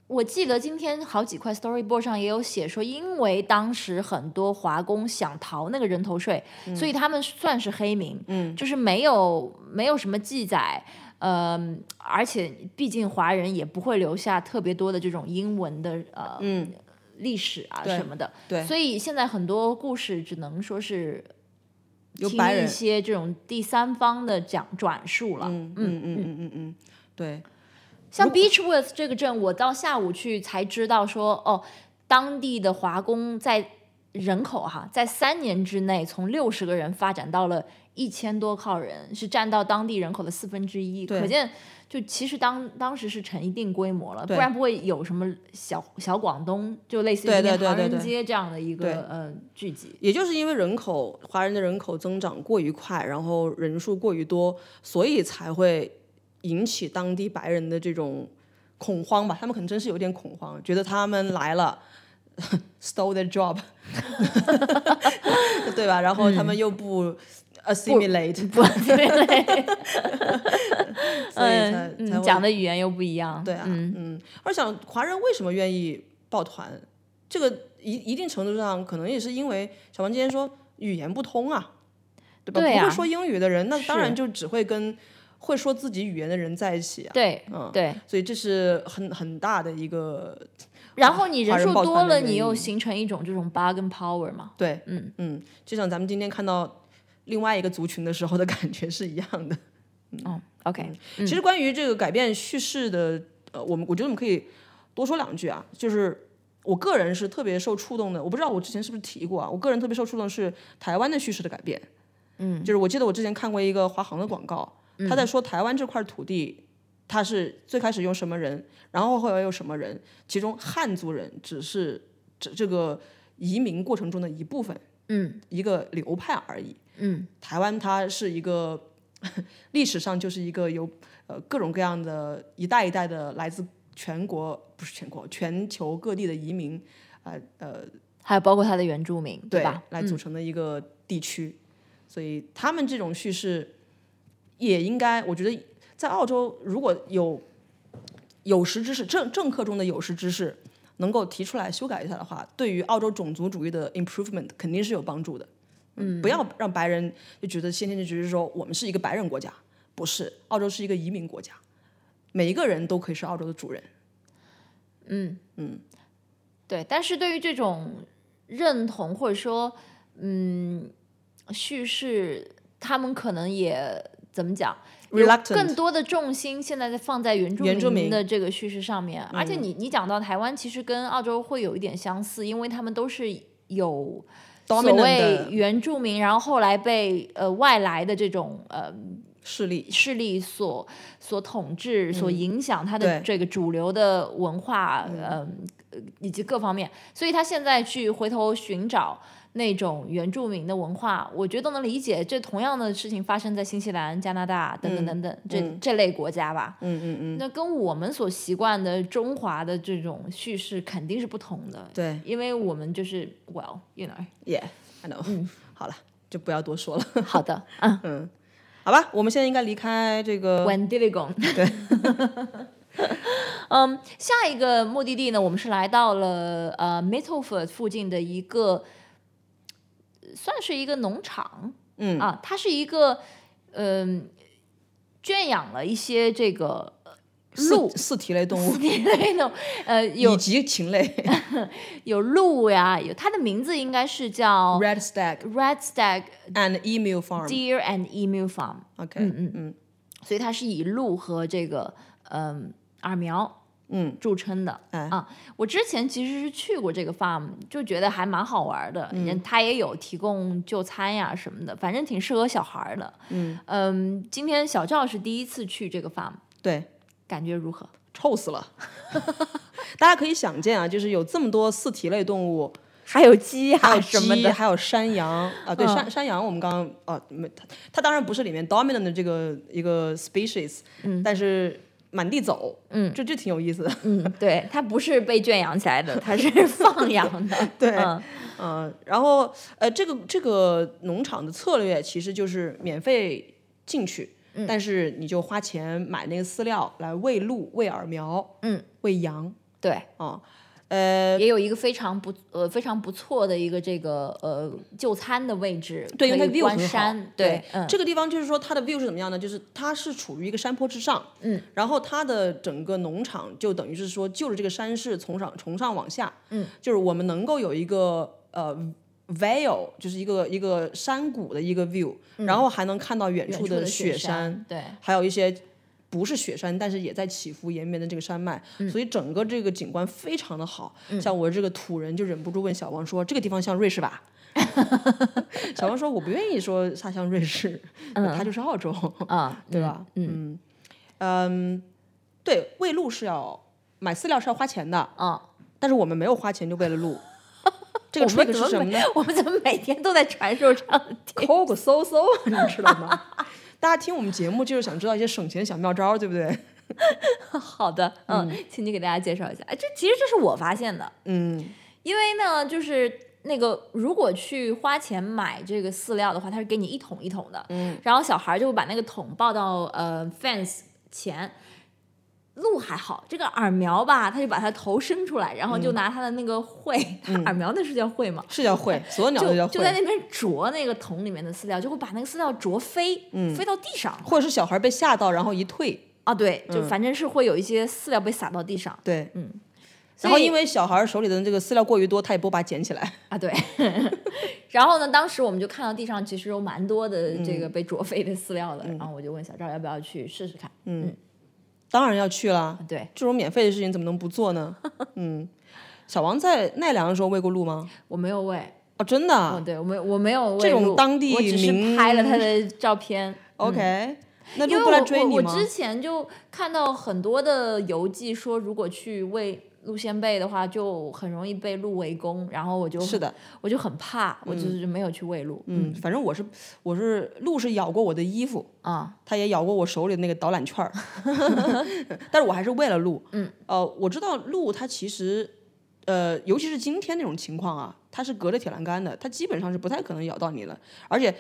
[SPEAKER 1] 我记得今天好几块 storyboard 上也有写说，因为当时很多华工想逃那个人头税，所以他们算是黑名，
[SPEAKER 2] 嗯，
[SPEAKER 1] 就是没有没有什么记载。嗯，而且毕竟华人也不会留下特别多的这种英文的呃、
[SPEAKER 2] 嗯，
[SPEAKER 1] 历史啊
[SPEAKER 2] 对
[SPEAKER 1] 什么的，
[SPEAKER 2] 对
[SPEAKER 1] 所以现在很多故事只能说是
[SPEAKER 2] 有
[SPEAKER 1] 听
[SPEAKER 2] 白
[SPEAKER 1] 一
[SPEAKER 2] 人，
[SPEAKER 1] 些这种第三方的讲转述了。
[SPEAKER 2] 嗯嗯嗯嗯嗯嗯，对，
[SPEAKER 1] 像 Beechworth 这个镇，我到下午去才知道说，哦，当地的华工在人口哈，在三年之内从六十个人发展到了一千多号人，是占到当地人口的四分之一。
[SPEAKER 2] 对
[SPEAKER 1] 可见，就其实当当时是成一定规模了，不
[SPEAKER 2] 对
[SPEAKER 1] 然不会有什么小小广东，就类似于
[SPEAKER 2] 对
[SPEAKER 1] 今天
[SPEAKER 2] 对对
[SPEAKER 1] 唐
[SPEAKER 2] 对
[SPEAKER 1] 人
[SPEAKER 2] 对
[SPEAKER 1] 街这样的一
[SPEAKER 2] 对
[SPEAKER 1] 个呃聚集。
[SPEAKER 2] 也就是因为人口华人的人口增长过于快，然后人数过于多，所以才会引起当地白人的这种恐慌吧。他们可能真是有点恐慌，觉得他们来了 stole their job，对吧？然后他们又不 assimilate，、
[SPEAKER 1] 嗯不，对对，
[SPEAKER 2] 所以才、
[SPEAKER 1] 嗯
[SPEAKER 2] 才
[SPEAKER 1] 嗯，
[SPEAKER 2] 会
[SPEAKER 1] 讲的语言又不一样，
[SPEAKER 2] 对啊，
[SPEAKER 1] 嗯
[SPEAKER 2] 嗯而想华人为什么愿意抱团，这个一一定程度上可能也是因为小王今天说语言不通啊，对吧？
[SPEAKER 1] 对啊
[SPEAKER 2] 不会说英语的人，那
[SPEAKER 1] 是
[SPEAKER 2] 当然就只会跟会说自己语言的人在一起啊。
[SPEAKER 1] 对，
[SPEAKER 2] 嗯
[SPEAKER 1] 对。
[SPEAKER 2] 所以这是很很大的一个
[SPEAKER 1] 然后你人
[SPEAKER 2] 华人
[SPEAKER 1] 数
[SPEAKER 2] 抱
[SPEAKER 1] 多
[SPEAKER 2] 团的
[SPEAKER 1] 了，
[SPEAKER 2] 原
[SPEAKER 1] 你又
[SPEAKER 2] 因
[SPEAKER 1] 形成一种这种 bargain power 嘛。
[SPEAKER 2] 对，
[SPEAKER 1] 嗯
[SPEAKER 2] 嗯，就像咱们今天看到另外一个族群的时候的感觉是一样的。
[SPEAKER 1] 嗯，OK，
[SPEAKER 2] 其实关于这个改变叙事的，呃，我们我觉得我们可以多说两句啊。就是我个人是特别受触动的，我不知道我之前是不是提过啊。我个人特别受触动是台湾的叙事的改变。嗯，就是我记得我之前看过一个华航的广告，
[SPEAKER 1] 嗯
[SPEAKER 2] 他在说台湾这块土地，他是最开始用什么人，然后后来有什么人，其中汉族人只是这这个移民过程中的一部分，
[SPEAKER 1] 嗯
[SPEAKER 2] 一个流派而已。
[SPEAKER 1] 嗯，
[SPEAKER 2] 台湾它是一个 历史上就是一个有呃各种各样的一代一代的来自全国不是全国全球各地的移民呃
[SPEAKER 1] 还有包括它的原住民，对嗯吧？
[SPEAKER 2] 来组成的一个地区，所以他们这种叙事也应该，我觉得在澳洲如果有有识之士政政客中的有识之士能够提出来修改一下的话，对于澳洲种族主义的 improvement 肯定是有帮助的。嗯，不要让白人就觉得先天就觉得说我们是一个白人国家，不是，澳洲是一个移民国家，每一个人都可以是澳洲的主人。
[SPEAKER 1] 对，但是对于这种认同或者说嗯叙事，他们可能也怎么讲？有
[SPEAKER 2] Reluctant
[SPEAKER 1] 更多的重心现在在放在原住
[SPEAKER 2] 原住
[SPEAKER 1] 民
[SPEAKER 2] 民嗯
[SPEAKER 1] 的这个叙事上面，而且你你讲到台湾，其实跟澳洲会有一点相似，因为他们都是有所
[SPEAKER 2] Dominant
[SPEAKER 1] 谓
[SPEAKER 2] 的
[SPEAKER 1] 原住民，然后后来被呃外来的这种呃
[SPEAKER 2] 势力，
[SPEAKER 1] 势力所所统治、所影响他的
[SPEAKER 2] 对
[SPEAKER 1] 这个主流的文化，嗯、呃，以及各方面，所以他现在去回头寻找那种原住民的文化，我觉得都能理解。这同样的事情发生在新西兰、加拿大等等等等、这这类国家吧。
[SPEAKER 2] 嗯嗯嗯，
[SPEAKER 1] 那跟我们所习惯的中华的这种叙事肯定是不同的，
[SPEAKER 2] 对
[SPEAKER 1] 因为我们就是 well，you know，
[SPEAKER 2] ，Yeah，I know、好
[SPEAKER 1] 嗯
[SPEAKER 2] 了，就不要多说了。
[SPEAKER 1] 好的，嗯
[SPEAKER 2] 好吧，我们现在应该离开这个。
[SPEAKER 1] ，Wendigo，
[SPEAKER 2] 对，
[SPEAKER 1] 嗯，下一个目的地呢，我们是来到了呃 Middleford 附近的一个，呃算是一个农场，
[SPEAKER 2] 嗯
[SPEAKER 1] 啊，它是一个嗯、圈养了一些这个呃鹿
[SPEAKER 2] 四四蹄类动物
[SPEAKER 1] 那种 呃有
[SPEAKER 2] 以及禽类
[SPEAKER 1] 有鹿呀，有它的名字应该是叫
[SPEAKER 2] ，red stag
[SPEAKER 1] Red Stag
[SPEAKER 2] and emu farm。
[SPEAKER 1] Deer and Emu Farm，
[SPEAKER 2] OK，嗯嗯
[SPEAKER 1] 呃所以它是以鹿和这个嗯、耳苗嗯著称的、啊。我之前其实是去过这个 farm，就觉得还蛮好玩的，嗯、它也有提供就餐呀什么的，反正挺适合小孩的。嗯今天小赵是第一次去这个 farm，
[SPEAKER 2] 对，
[SPEAKER 1] 感觉如何？
[SPEAKER 2] 臭死了。 大家可以想见啊，就是有这么多四蹄类动物，
[SPEAKER 1] 还有鸡
[SPEAKER 2] 还有
[SPEAKER 1] 呀什么
[SPEAKER 2] 鸡，
[SPEAKER 1] 的，
[SPEAKER 2] 还有山羊啊，对，山山羊我们刚刚啊，没它它当然不是里面 dominant 的这个一个 species，嗯，但是满地走，嗯，这这挺有意思的，
[SPEAKER 1] 嗯，对，它不是被圈养起来的，它是 放养的。
[SPEAKER 2] 对，
[SPEAKER 1] 嗯
[SPEAKER 2] 嗯、然后呃，这个这个农场的策略其实就是免费进去，但是你就花钱买那个饲料来喂鹿、喂饵苗，
[SPEAKER 1] 嗯，
[SPEAKER 2] 喂羊
[SPEAKER 1] 对，
[SPEAKER 2] 啊，呃，
[SPEAKER 1] 也有一个非常不呃非常不错的一个这个呃就餐的位置，
[SPEAKER 2] 对，因为
[SPEAKER 1] 可
[SPEAKER 2] 它
[SPEAKER 1] 以
[SPEAKER 2] view
[SPEAKER 1] 观
[SPEAKER 2] 很好
[SPEAKER 1] 山，对，嗯，
[SPEAKER 2] 这个地方就是说它的 view 是怎么样呢？就是它是处于一个山坡之上，嗯，然后它的整个农场就等于是说就着这个山势从上从上往下，嗯，就是我们能够有一个呃 vale，就是一个一个山谷的一个 view，、然后还能看到嗯远
[SPEAKER 1] 远
[SPEAKER 2] 处
[SPEAKER 1] 处的
[SPEAKER 2] 雪
[SPEAKER 1] 山，对，
[SPEAKER 2] 还有一些。不是雪山，但是也在起伏延绵的这个山脉，
[SPEAKER 1] 嗯
[SPEAKER 2] 所以整个这个景观非常的好。像我这个土人就忍不住问小王说：“这个地方像瑞士吧？” 小王说：“我不愿意说它像瑞士，
[SPEAKER 1] 嗯
[SPEAKER 2] 它就是澳洲，
[SPEAKER 1] 啊，
[SPEAKER 2] 对吧？”嗯嗯对，喂鹿是要买饲料是要花钱的，
[SPEAKER 1] 啊，
[SPEAKER 2] 但是我们没有花钱就喂了鹿。 这个
[SPEAKER 1] 嗯我们
[SPEAKER 2] trick
[SPEAKER 1] 怎
[SPEAKER 2] 是什
[SPEAKER 1] 么
[SPEAKER 2] 么呢
[SPEAKER 1] 每？ 我们怎么每天都在传授这样的题？
[SPEAKER 2] 抠个搜搜，你知道吗？大家听我们节目就是想知道一些省钱小妙招，对不对？
[SPEAKER 1] 好的，嗯，请你给大家介绍一下。哎，这其实这是我发现的，
[SPEAKER 2] 嗯，
[SPEAKER 1] 因为呢，就是那个如果去花钱买这个饲料的话，它是给你一桶一桶的，嗯，然后小孩就会把那个桶抱到呃 fence 前。鹿还好，这个耳苗吧，它就把它头伸出来，然后就拿它的那个喙，它耳苗那是叫喙吗？
[SPEAKER 2] 是叫会，所有鸟都
[SPEAKER 1] 就
[SPEAKER 2] 叫
[SPEAKER 1] 就在
[SPEAKER 2] 会，
[SPEAKER 1] 嗯那边啄那个桶里面的饲料，就会把那个饲料啄飞，飞到地上
[SPEAKER 2] 或者是小孩被吓到然后一退，
[SPEAKER 1] 啊，对，就反正是会有一些饲料被撒到地上
[SPEAKER 2] 对，
[SPEAKER 1] 嗯。
[SPEAKER 2] 然后
[SPEAKER 1] 所以
[SPEAKER 2] 因为小孩手里的这个饲料过于多，他也不把它捡起来。
[SPEAKER 1] 啊，对。 然后呢，当时我们就看到地上其实有蛮多的这
[SPEAKER 2] 嗯
[SPEAKER 1] 个被啄飞的饲料的，然后我就问小赵要不要去试试看，
[SPEAKER 2] 嗯当然要去啦，
[SPEAKER 1] 对
[SPEAKER 2] 这种免费的事情怎么能不做呢？嗯，小王在奈良的时候喂过鹿吗？
[SPEAKER 1] 我没有喂，
[SPEAKER 2] 哦，真的啊、
[SPEAKER 1] 哦，对我没我没有喂
[SPEAKER 2] 这种
[SPEAKER 1] 鹿
[SPEAKER 2] 当地
[SPEAKER 1] 我只是
[SPEAKER 2] 民
[SPEAKER 1] 拍了他的照片。
[SPEAKER 2] o k 那
[SPEAKER 1] 嗯因为
[SPEAKER 2] 鹿不
[SPEAKER 1] 我
[SPEAKER 2] 来追你
[SPEAKER 1] 我我
[SPEAKER 2] 吗？
[SPEAKER 1] 之前就看到很多的游记说，如果去喂鹿仙贝的话，就很容易被鹿围攻，然后我就是
[SPEAKER 2] 的，
[SPEAKER 1] 我就很怕，我就是没有去喂鹿。
[SPEAKER 2] 嗯，反正我是我是鹿是咬过我的衣服，
[SPEAKER 1] 啊、
[SPEAKER 2] 它也咬过我手里的那个导览券儿， 但是我还是喂了鹿。嗯，呃，我知道鹿它其实，呃，尤其是今天那种情况啊，它是隔着铁栏杆的，它基本上是不太可能咬到你的，而且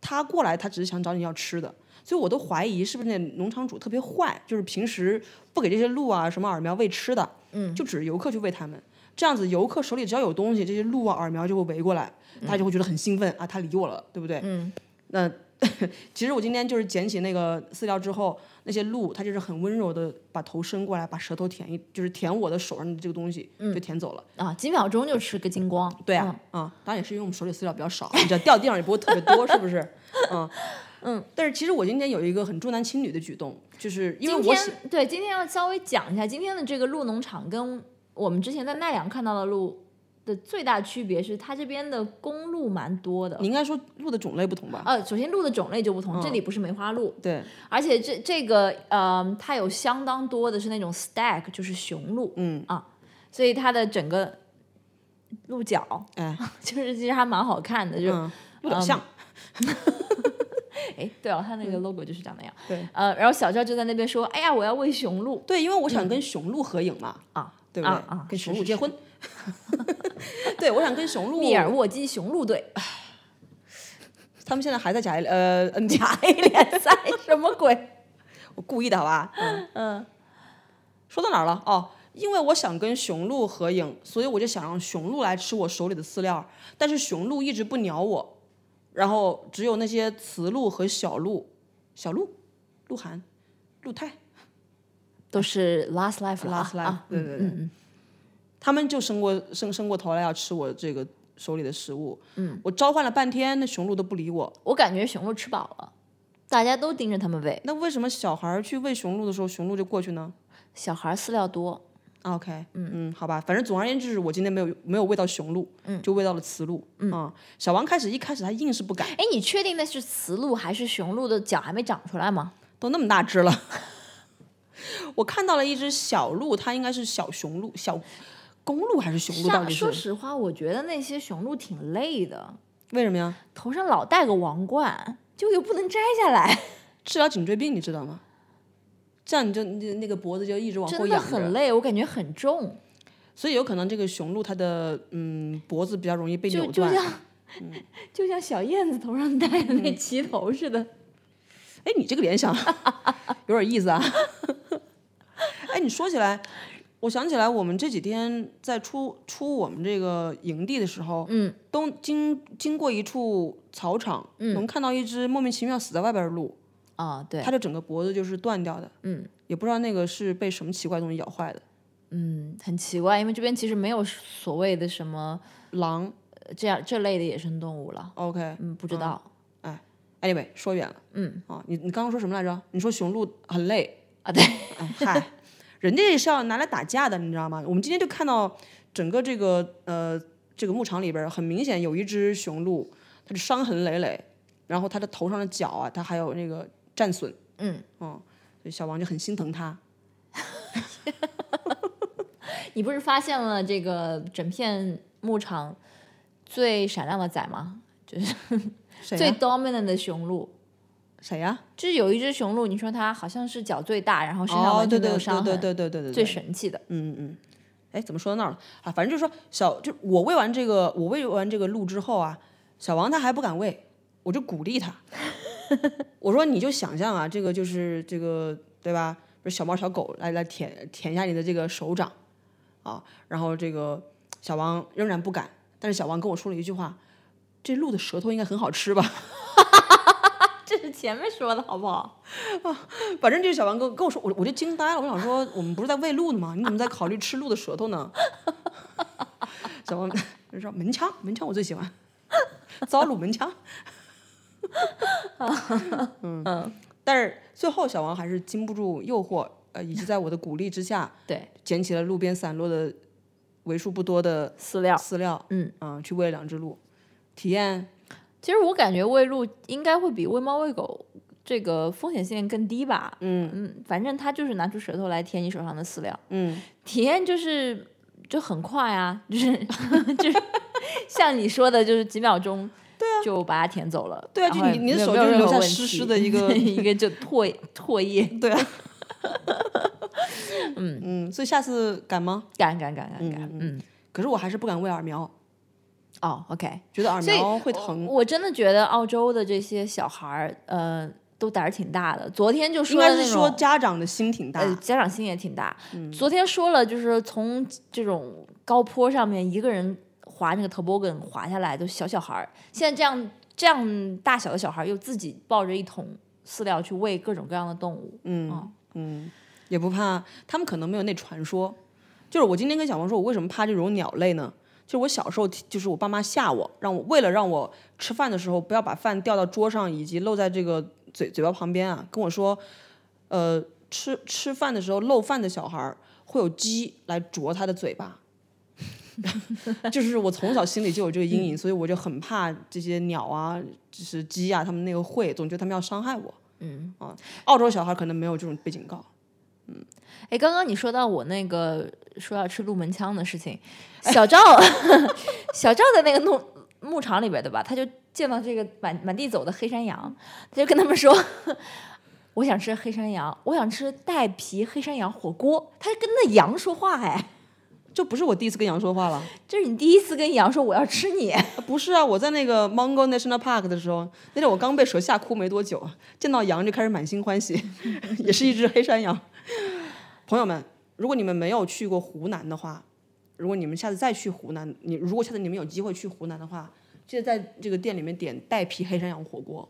[SPEAKER 2] 它过来，它只是想找你要吃的，所以我都怀疑是不是那农场主特别坏，就是平时不给这些鹿啊什么饵苗喂吃的，嗯，就指着游客去喂它们。这样子，游客手里只要有东西，这些鹿啊、饵苗就会围过来，大家就会觉得很兴奋啊，它理我了，对不对？嗯，那其实我今天就是捡起那个饲料之后，那些鹿它就是很温柔的把头伸过来，把舌头舔一，就是舔我的手上的这个东西，就舔走了。
[SPEAKER 1] 啊，几秒钟就吃个精光。
[SPEAKER 2] 对啊，啊，当然也是因为我们手里饲料比较少，你知道掉地上也不会特别多，是 不是？嗯嗯。但是其实我今天有一个很重男轻女的举动，就是因为
[SPEAKER 1] 今
[SPEAKER 2] 我
[SPEAKER 1] 天
[SPEAKER 2] 喜
[SPEAKER 1] 对今天要稍微讲一下今天的这个鹿农场跟我们之前在奈良看到的鹿的最大区别是，它这边的公鹿蛮多的
[SPEAKER 2] 你。应嗯该说鹿的种类不同吧？
[SPEAKER 1] 呃，首先鹿的种类就不同，这里不是梅花鹿，
[SPEAKER 2] 对，
[SPEAKER 1] 而且这这个呃，它有相当多的是那种 stag，就是雄鹿，
[SPEAKER 2] 嗯
[SPEAKER 1] 啊，所以它的整个鹿角
[SPEAKER 2] 哎，
[SPEAKER 1] 就是其实还蛮好看的，就
[SPEAKER 2] 嗯，鹿角像，
[SPEAKER 1] 哎，对哦，它那个 logo 就是长那样。
[SPEAKER 2] 嗯对，
[SPEAKER 1] 呃，然后小赵就在那边说，哎呀，我要喂雄鹿
[SPEAKER 2] 对，因为我想跟雄鹿合影嘛，
[SPEAKER 1] 啊，
[SPEAKER 2] 对不对
[SPEAKER 1] 嗯啊啊？
[SPEAKER 2] 跟
[SPEAKER 1] 是
[SPEAKER 2] 雄
[SPEAKER 1] 是
[SPEAKER 2] 鹿结
[SPEAKER 1] 是
[SPEAKER 2] 婚。 对，我想跟 雄鹿
[SPEAKER 1] 密尔沃基雄鹿队。
[SPEAKER 2] 他们现在还在甲 A 呃 NBA，
[SPEAKER 1] 打 A 联赛哎什么鬼？
[SPEAKER 2] 我故意的好吧？嗯，说到哪儿了？哦，因为我想跟雄鹿合影，所以我就想让雄鹿来吃我手里的饲料，但是雄鹿一直不鸟我，然后只有那些雌鹿和小鹿，小鹿、鹿晗、鹿泰、
[SPEAKER 1] 都是 last life 了
[SPEAKER 2] last
[SPEAKER 1] 啊
[SPEAKER 2] life，、
[SPEAKER 1] 啊
[SPEAKER 2] 对对对，他们就伸过伸伸过头来要吃我这个手里的食物，嗯，我召唤了半天，那雄鹿都不理我，
[SPEAKER 1] 我感觉雄鹿吃饱了，大家都盯着他们喂。
[SPEAKER 2] 那为什么小孩儿去喂雄鹿的时候，雄鹿就过去呢？
[SPEAKER 1] 小孩饲料多，
[SPEAKER 2] OK，嗯嗯，好吧，反正总而言之，就是我今天没有没有喂到雄鹿，嗯，就喂到了雌鹿，嗯小王开始一开始他硬是不敢，
[SPEAKER 1] 哎，你确定那是雌鹿还是雄鹿的脚还没长出来吗？
[SPEAKER 2] 都那么大只了。 我看到了一只小鹿，它应该是小雄鹿，小公鹿还是雄鹿？到
[SPEAKER 1] 像
[SPEAKER 2] 底
[SPEAKER 1] 说
[SPEAKER 2] 是
[SPEAKER 1] 实话，我觉得那些雄鹿挺累的，
[SPEAKER 2] 为什么呀？
[SPEAKER 1] 头上老戴个王冠，就又不能摘下来，
[SPEAKER 2] 治疗颈椎病，你知道吗？这样你就你就那个脖子就一直往后
[SPEAKER 1] 真的
[SPEAKER 2] 仰
[SPEAKER 1] 很
[SPEAKER 2] 着，
[SPEAKER 1] 累，我感觉很重，
[SPEAKER 2] 所以有可能这个雄鹿它的嗯脖子比较容易被
[SPEAKER 1] 就
[SPEAKER 2] 扭
[SPEAKER 1] 就
[SPEAKER 2] 断。嗯
[SPEAKER 1] 像、 就像小燕子头上戴的那旗头似的。
[SPEAKER 2] 哎，你这个联想有点意思啊。 哎，你说起来，我想起来，我们这几天在出出我们这个营地的时候，嗯，都经经过一处草场，嗯，能看到一只莫名其妙死在外边的鹿，
[SPEAKER 1] 啊、对，
[SPEAKER 2] 它的整个脖子就是断掉的，嗯，也不知道那个是被什么奇怪东西咬坏的，
[SPEAKER 1] 嗯，很奇怪，因为这边其实没有所谓的什么
[SPEAKER 2] 狼。
[SPEAKER 1] 呃这样这类的野生动物了。
[SPEAKER 2] OK，
[SPEAKER 1] 嗯，不知道。
[SPEAKER 2] Anyway，说远了。嗯。啊，你你刚刚说什么来着？你说雄鹿很累
[SPEAKER 1] 啊对。
[SPEAKER 2] 哎，嗨，人家也是要拿来打架的，你知道吗？我们今天就看到整个这个呃这个牧场里边儿，很明显有一只雄鹿，它的伤痕累累，然后它的头上的角啊，它还有那个战损。
[SPEAKER 1] 嗯。
[SPEAKER 2] 哦、所以小王就很心疼它。
[SPEAKER 1] 你不是发现了这个整片牧场最闪亮的仔吗？
[SPEAKER 2] 谁啊
[SPEAKER 1] 最
[SPEAKER 2] 呀、
[SPEAKER 1] dominant 的雄鹿，
[SPEAKER 2] 谁呀、
[SPEAKER 1] 就是有一只雄鹿，你说它好像是脚最大，然后身上
[SPEAKER 2] 哦，
[SPEAKER 1] 完
[SPEAKER 2] 对
[SPEAKER 1] 全没
[SPEAKER 2] 对
[SPEAKER 1] 有
[SPEAKER 2] 对
[SPEAKER 1] 伤痕，
[SPEAKER 2] 对对对对对
[SPEAKER 1] 最
[SPEAKER 2] 对。
[SPEAKER 1] 神气的。
[SPEAKER 2] 嗯嗯嗯。哎，怎么说到那儿了啊？反正就是说小，就我喂完这个，我喂完这个鹿之后啊，小王他还不敢喂，我就鼓励他，我说你就想象啊，这个就是这个对吧？不是小猫小狗来来舔舔一下你的这个手掌啊，然后这个小王仍然不敢，但是小王跟我说了一句话，这鹿的舌头应该很好吃吧？
[SPEAKER 1] 这是前面说的好不好？
[SPEAKER 2] 反正就是小王跟跟我说，我我就惊呆了，我想说我们不是在喂鹿呢吗？你怎么在考虑吃鹿的舌头呢？ 小王就说门腔，门腔我最喜欢，糟卤门腔。嗯，但是最后小王还是经不住诱惑，呃，以及在我的鼓励之下，
[SPEAKER 1] 对，
[SPEAKER 2] 捡起了路边散落的为数不多的
[SPEAKER 1] 饲料。
[SPEAKER 2] 饲料，
[SPEAKER 1] 嗯
[SPEAKER 2] 啊、去喂了两只鹿，体验
[SPEAKER 1] 其实我感觉喂鹿应该会比喂猫喂狗这个风险线更低吧。
[SPEAKER 2] 嗯
[SPEAKER 1] 嗯，反正它就是拿出舌头来舔你手上的饲料，
[SPEAKER 2] 嗯
[SPEAKER 1] 体验就是就很快啊，就是就是像你说的，就是几秒 钟，对啊，就把它舔走了。
[SPEAKER 2] 对啊
[SPEAKER 1] 然
[SPEAKER 2] 就
[SPEAKER 1] 后
[SPEAKER 2] 你你的
[SPEAKER 1] 没有
[SPEAKER 2] 手
[SPEAKER 1] 没有
[SPEAKER 2] 就
[SPEAKER 1] 任
[SPEAKER 2] 留
[SPEAKER 1] 何
[SPEAKER 2] 下
[SPEAKER 1] 问
[SPEAKER 2] 湿
[SPEAKER 1] 题
[SPEAKER 2] 湿的一 个
[SPEAKER 1] 一个就唾唾液，
[SPEAKER 2] 对啊，嗯嗯，所以下次敢吗？
[SPEAKER 1] 干干干干干，嗯，
[SPEAKER 2] 可是我还是不敢喂耳苗，
[SPEAKER 1] 哦，OK，
[SPEAKER 2] 觉得耳
[SPEAKER 1] 所以
[SPEAKER 2] 苗会疼，
[SPEAKER 1] 我真的觉得澳洲的这些小孩儿，呃，都胆儿挺大的。昨天就
[SPEAKER 2] 应
[SPEAKER 1] 说的
[SPEAKER 2] 该
[SPEAKER 1] 那
[SPEAKER 2] 是
[SPEAKER 1] 种
[SPEAKER 2] 说家长的心挺大。嗯
[SPEAKER 1] 呃，家长心也挺大。昨天说了，就是从这种高坡上面一个人滑那个 toboggan 滑下来，都小小孩儿。现在这样这样大小的小孩儿，又自己抱着一桶饲料去喂各种各样的动物。
[SPEAKER 2] 嗯
[SPEAKER 1] 哦
[SPEAKER 2] 嗯，也不怕，他们可能没有那传说。就是我今天跟小王说，我为什么怕这种鸟类呢？就是我小时候，就是我爸妈吓我，让我为了让我吃饭的时候不要把饭掉到桌上，以及漏在这个嘴嘴巴旁边啊，跟我说，呃，吃吃饭的时候漏饭的小孩儿会有鸡来啄他的嘴巴。 就是我从小心里就有这个阴影，
[SPEAKER 1] 嗯
[SPEAKER 2] 所以我就很怕这些鸟啊，就是鸡啊，他们那个会，总觉得他们要伤害我。
[SPEAKER 1] 嗯，
[SPEAKER 2] 澳洲小孩可能没有这种被警告。
[SPEAKER 1] 哎，刚刚你说到我那个说要吃鹿门腔的事 情，小赵，小赵在那个牧牧场里边对吧？他就见到这个满满地走的黑山羊，他就跟他们说。 我想吃黑山羊，我想吃带皮黑山羊火锅。他跟那羊说话，哎，
[SPEAKER 2] 这不是我第一次跟羊说话了，
[SPEAKER 1] 这是你第一次跟羊说我要吃你，
[SPEAKER 2] 啊不是啊，我在那个 Mongo National Park 的时候，那天我刚被蛇吓哭没多久，见到羊就开始满心欢喜， 也是一只黑山羊。朋友们，如果你们没有去过湖南的话，如果你们下次再去湖南，你如果下次你们有机会去湖南的话，记得在这个店里面点带皮黑山羊火锅，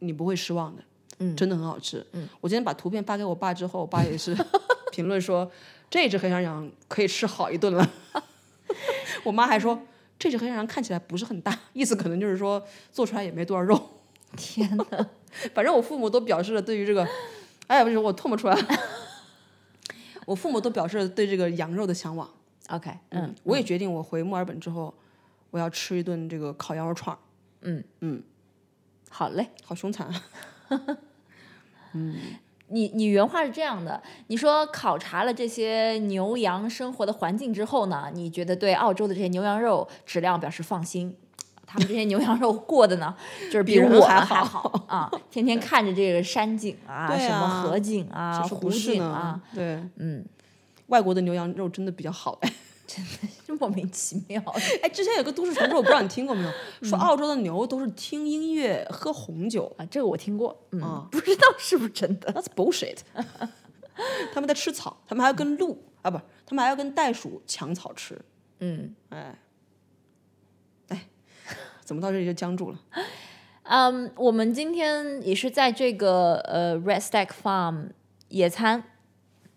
[SPEAKER 2] 你不会失望的，
[SPEAKER 1] 嗯
[SPEAKER 2] 真的很好吃。嗯，我今天把图片发给我爸之后，我爸也是 评论说这只黑山羊可以吃好一顿了。我妈还说这只黑山羊看起来不是很大，意思可能就是说做出来也没多少肉。
[SPEAKER 1] 天哪！
[SPEAKER 2] 反正我父母都表示了对于这个，哎呀，不是我唾沫出来了。我父母都表示了对这个羊肉的向往。
[SPEAKER 1] OK，嗯，
[SPEAKER 2] 我也决定我回墨尔本之后，我要吃一顿这个烤羊肉串儿
[SPEAKER 1] 好嘞。
[SPEAKER 2] 好凶残啊！
[SPEAKER 1] 你你原话是这样的，你说考察了这些牛羊生活的环境之后呢，你觉得对澳洲的这些牛羊肉质量表示放心。他们这些牛羊肉过的呢，就是
[SPEAKER 2] 比
[SPEAKER 1] 比我
[SPEAKER 2] 人
[SPEAKER 1] 们
[SPEAKER 2] 还
[SPEAKER 1] 好
[SPEAKER 2] 好
[SPEAKER 1] 啊！天天看着这个山景啊，
[SPEAKER 2] 对
[SPEAKER 1] 什么
[SPEAKER 2] 啊
[SPEAKER 1] 河景啊、
[SPEAKER 2] 谁说
[SPEAKER 1] 湖
[SPEAKER 2] 不是
[SPEAKER 1] 景
[SPEAKER 2] 呢
[SPEAKER 1] 啊，？
[SPEAKER 2] 对，
[SPEAKER 1] 嗯，
[SPEAKER 2] 外国的牛羊肉真的比较好哎。
[SPEAKER 1] 就莫名其 妙。
[SPEAKER 2] 哎，之前有个都市传说，我不知道你听过没有？
[SPEAKER 1] 嗯
[SPEAKER 2] 说澳洲的牛都是听音乐、喝红酒。
[SPEAKER 1] 啊，这个我听过，嗯，
[SPEAKER 2] 啊
[SPEAKER 1] 不知道是不是真的。
[SPEAKER 2] That's bullshit。他们在吃草，他们还要跟鹿啊，不，他们还要跟袋鼠抢草吃。
[SPEAKER 1] 嗯
[SPEAKER 2] 哎，哎，怎么到这里就僵住了？
[SPEAKER 1] 嗯，我们今天也是在这个呃 Red Stack Farm 野餐，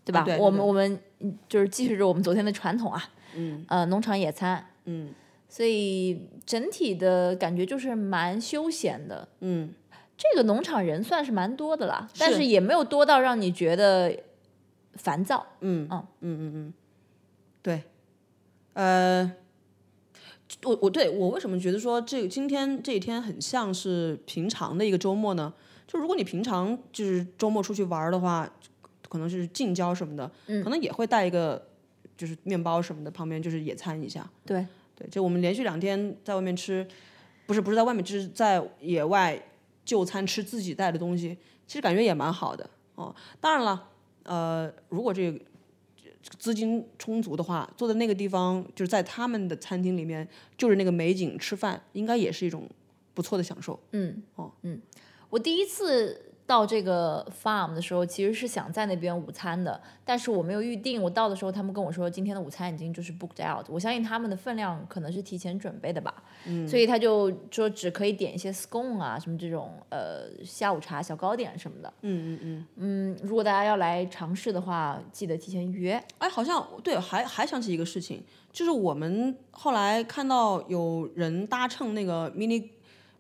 [SPEAKER 1] 对吧？
[SPEAKER 2] 啊对对
[SPEAKER 1] 我们
[SPEAKER 2] 对
[SPEAKER 1] 我们嗯就是继续着我们昨天的传统啊，
[SPEAKER 2] 嗯
[SPEAKER 1] 呃，农场野餐，
[SPEAKER 2] 嗯
[SPEAKER 1] 所以整体的感觉就是蛮休闲的。
[SPEAKER 2] 嗯，
[SPEAKER 1] 这个农场人算是蛮多的啦，但
[SPEAKER 2] 是
[SPEAKER 1] 是也没有多到让你觉得烦躁。
[SPEAKER 2] 嗯
[SPEAKER 1] 哦
[SPEAKER 2] 嗯嗯嗯，对，呃，我我对我为什么觉得说这个今天这一天很像是平常的一个周末呢？就如果你平常就是周末出去玩儿的话，可能是近郊什么的，可能也会带一个就是面包什么的，旁边就是野餐一下。
[SPEAKER 1] 对，
[SPEAKER 2] 对，就我们连续两天在外面吃，不是不是在外面，就是在野外就餐吃自己带的东西，其实感觉也蛮好的哦。当然了，呃，如果这个资金充足的话，坐在那个地方，就是在他们的餐厅里面，就是那个美景吃饭，应该也是一种不错的享受。
[SPEAKER 1] 嗯，
[SPEAKER 2] 哦，
[SPEAKER 1] 嗯，我第一次到这个 farm 的时候，其实是想在那边午餐的，但是我没有预定。我到的时候，他们跟我说今天的午餐已经就是 booked out，我相信他们的分量可能是提前准备的吧，嗯、所以他就说只可以点一些 scone 啊，什么这种呃下午茶、小糕点什么的。
[SPEAKER 2] 嗯嗯嗯。
[SPEAKER 1] 嗯，如果大家要来尝试的话，记得提前预约。
[SPEAKER 2] 哎，好像对，还还想起一个事情，就是我们后来看到有人搭乘那个 mini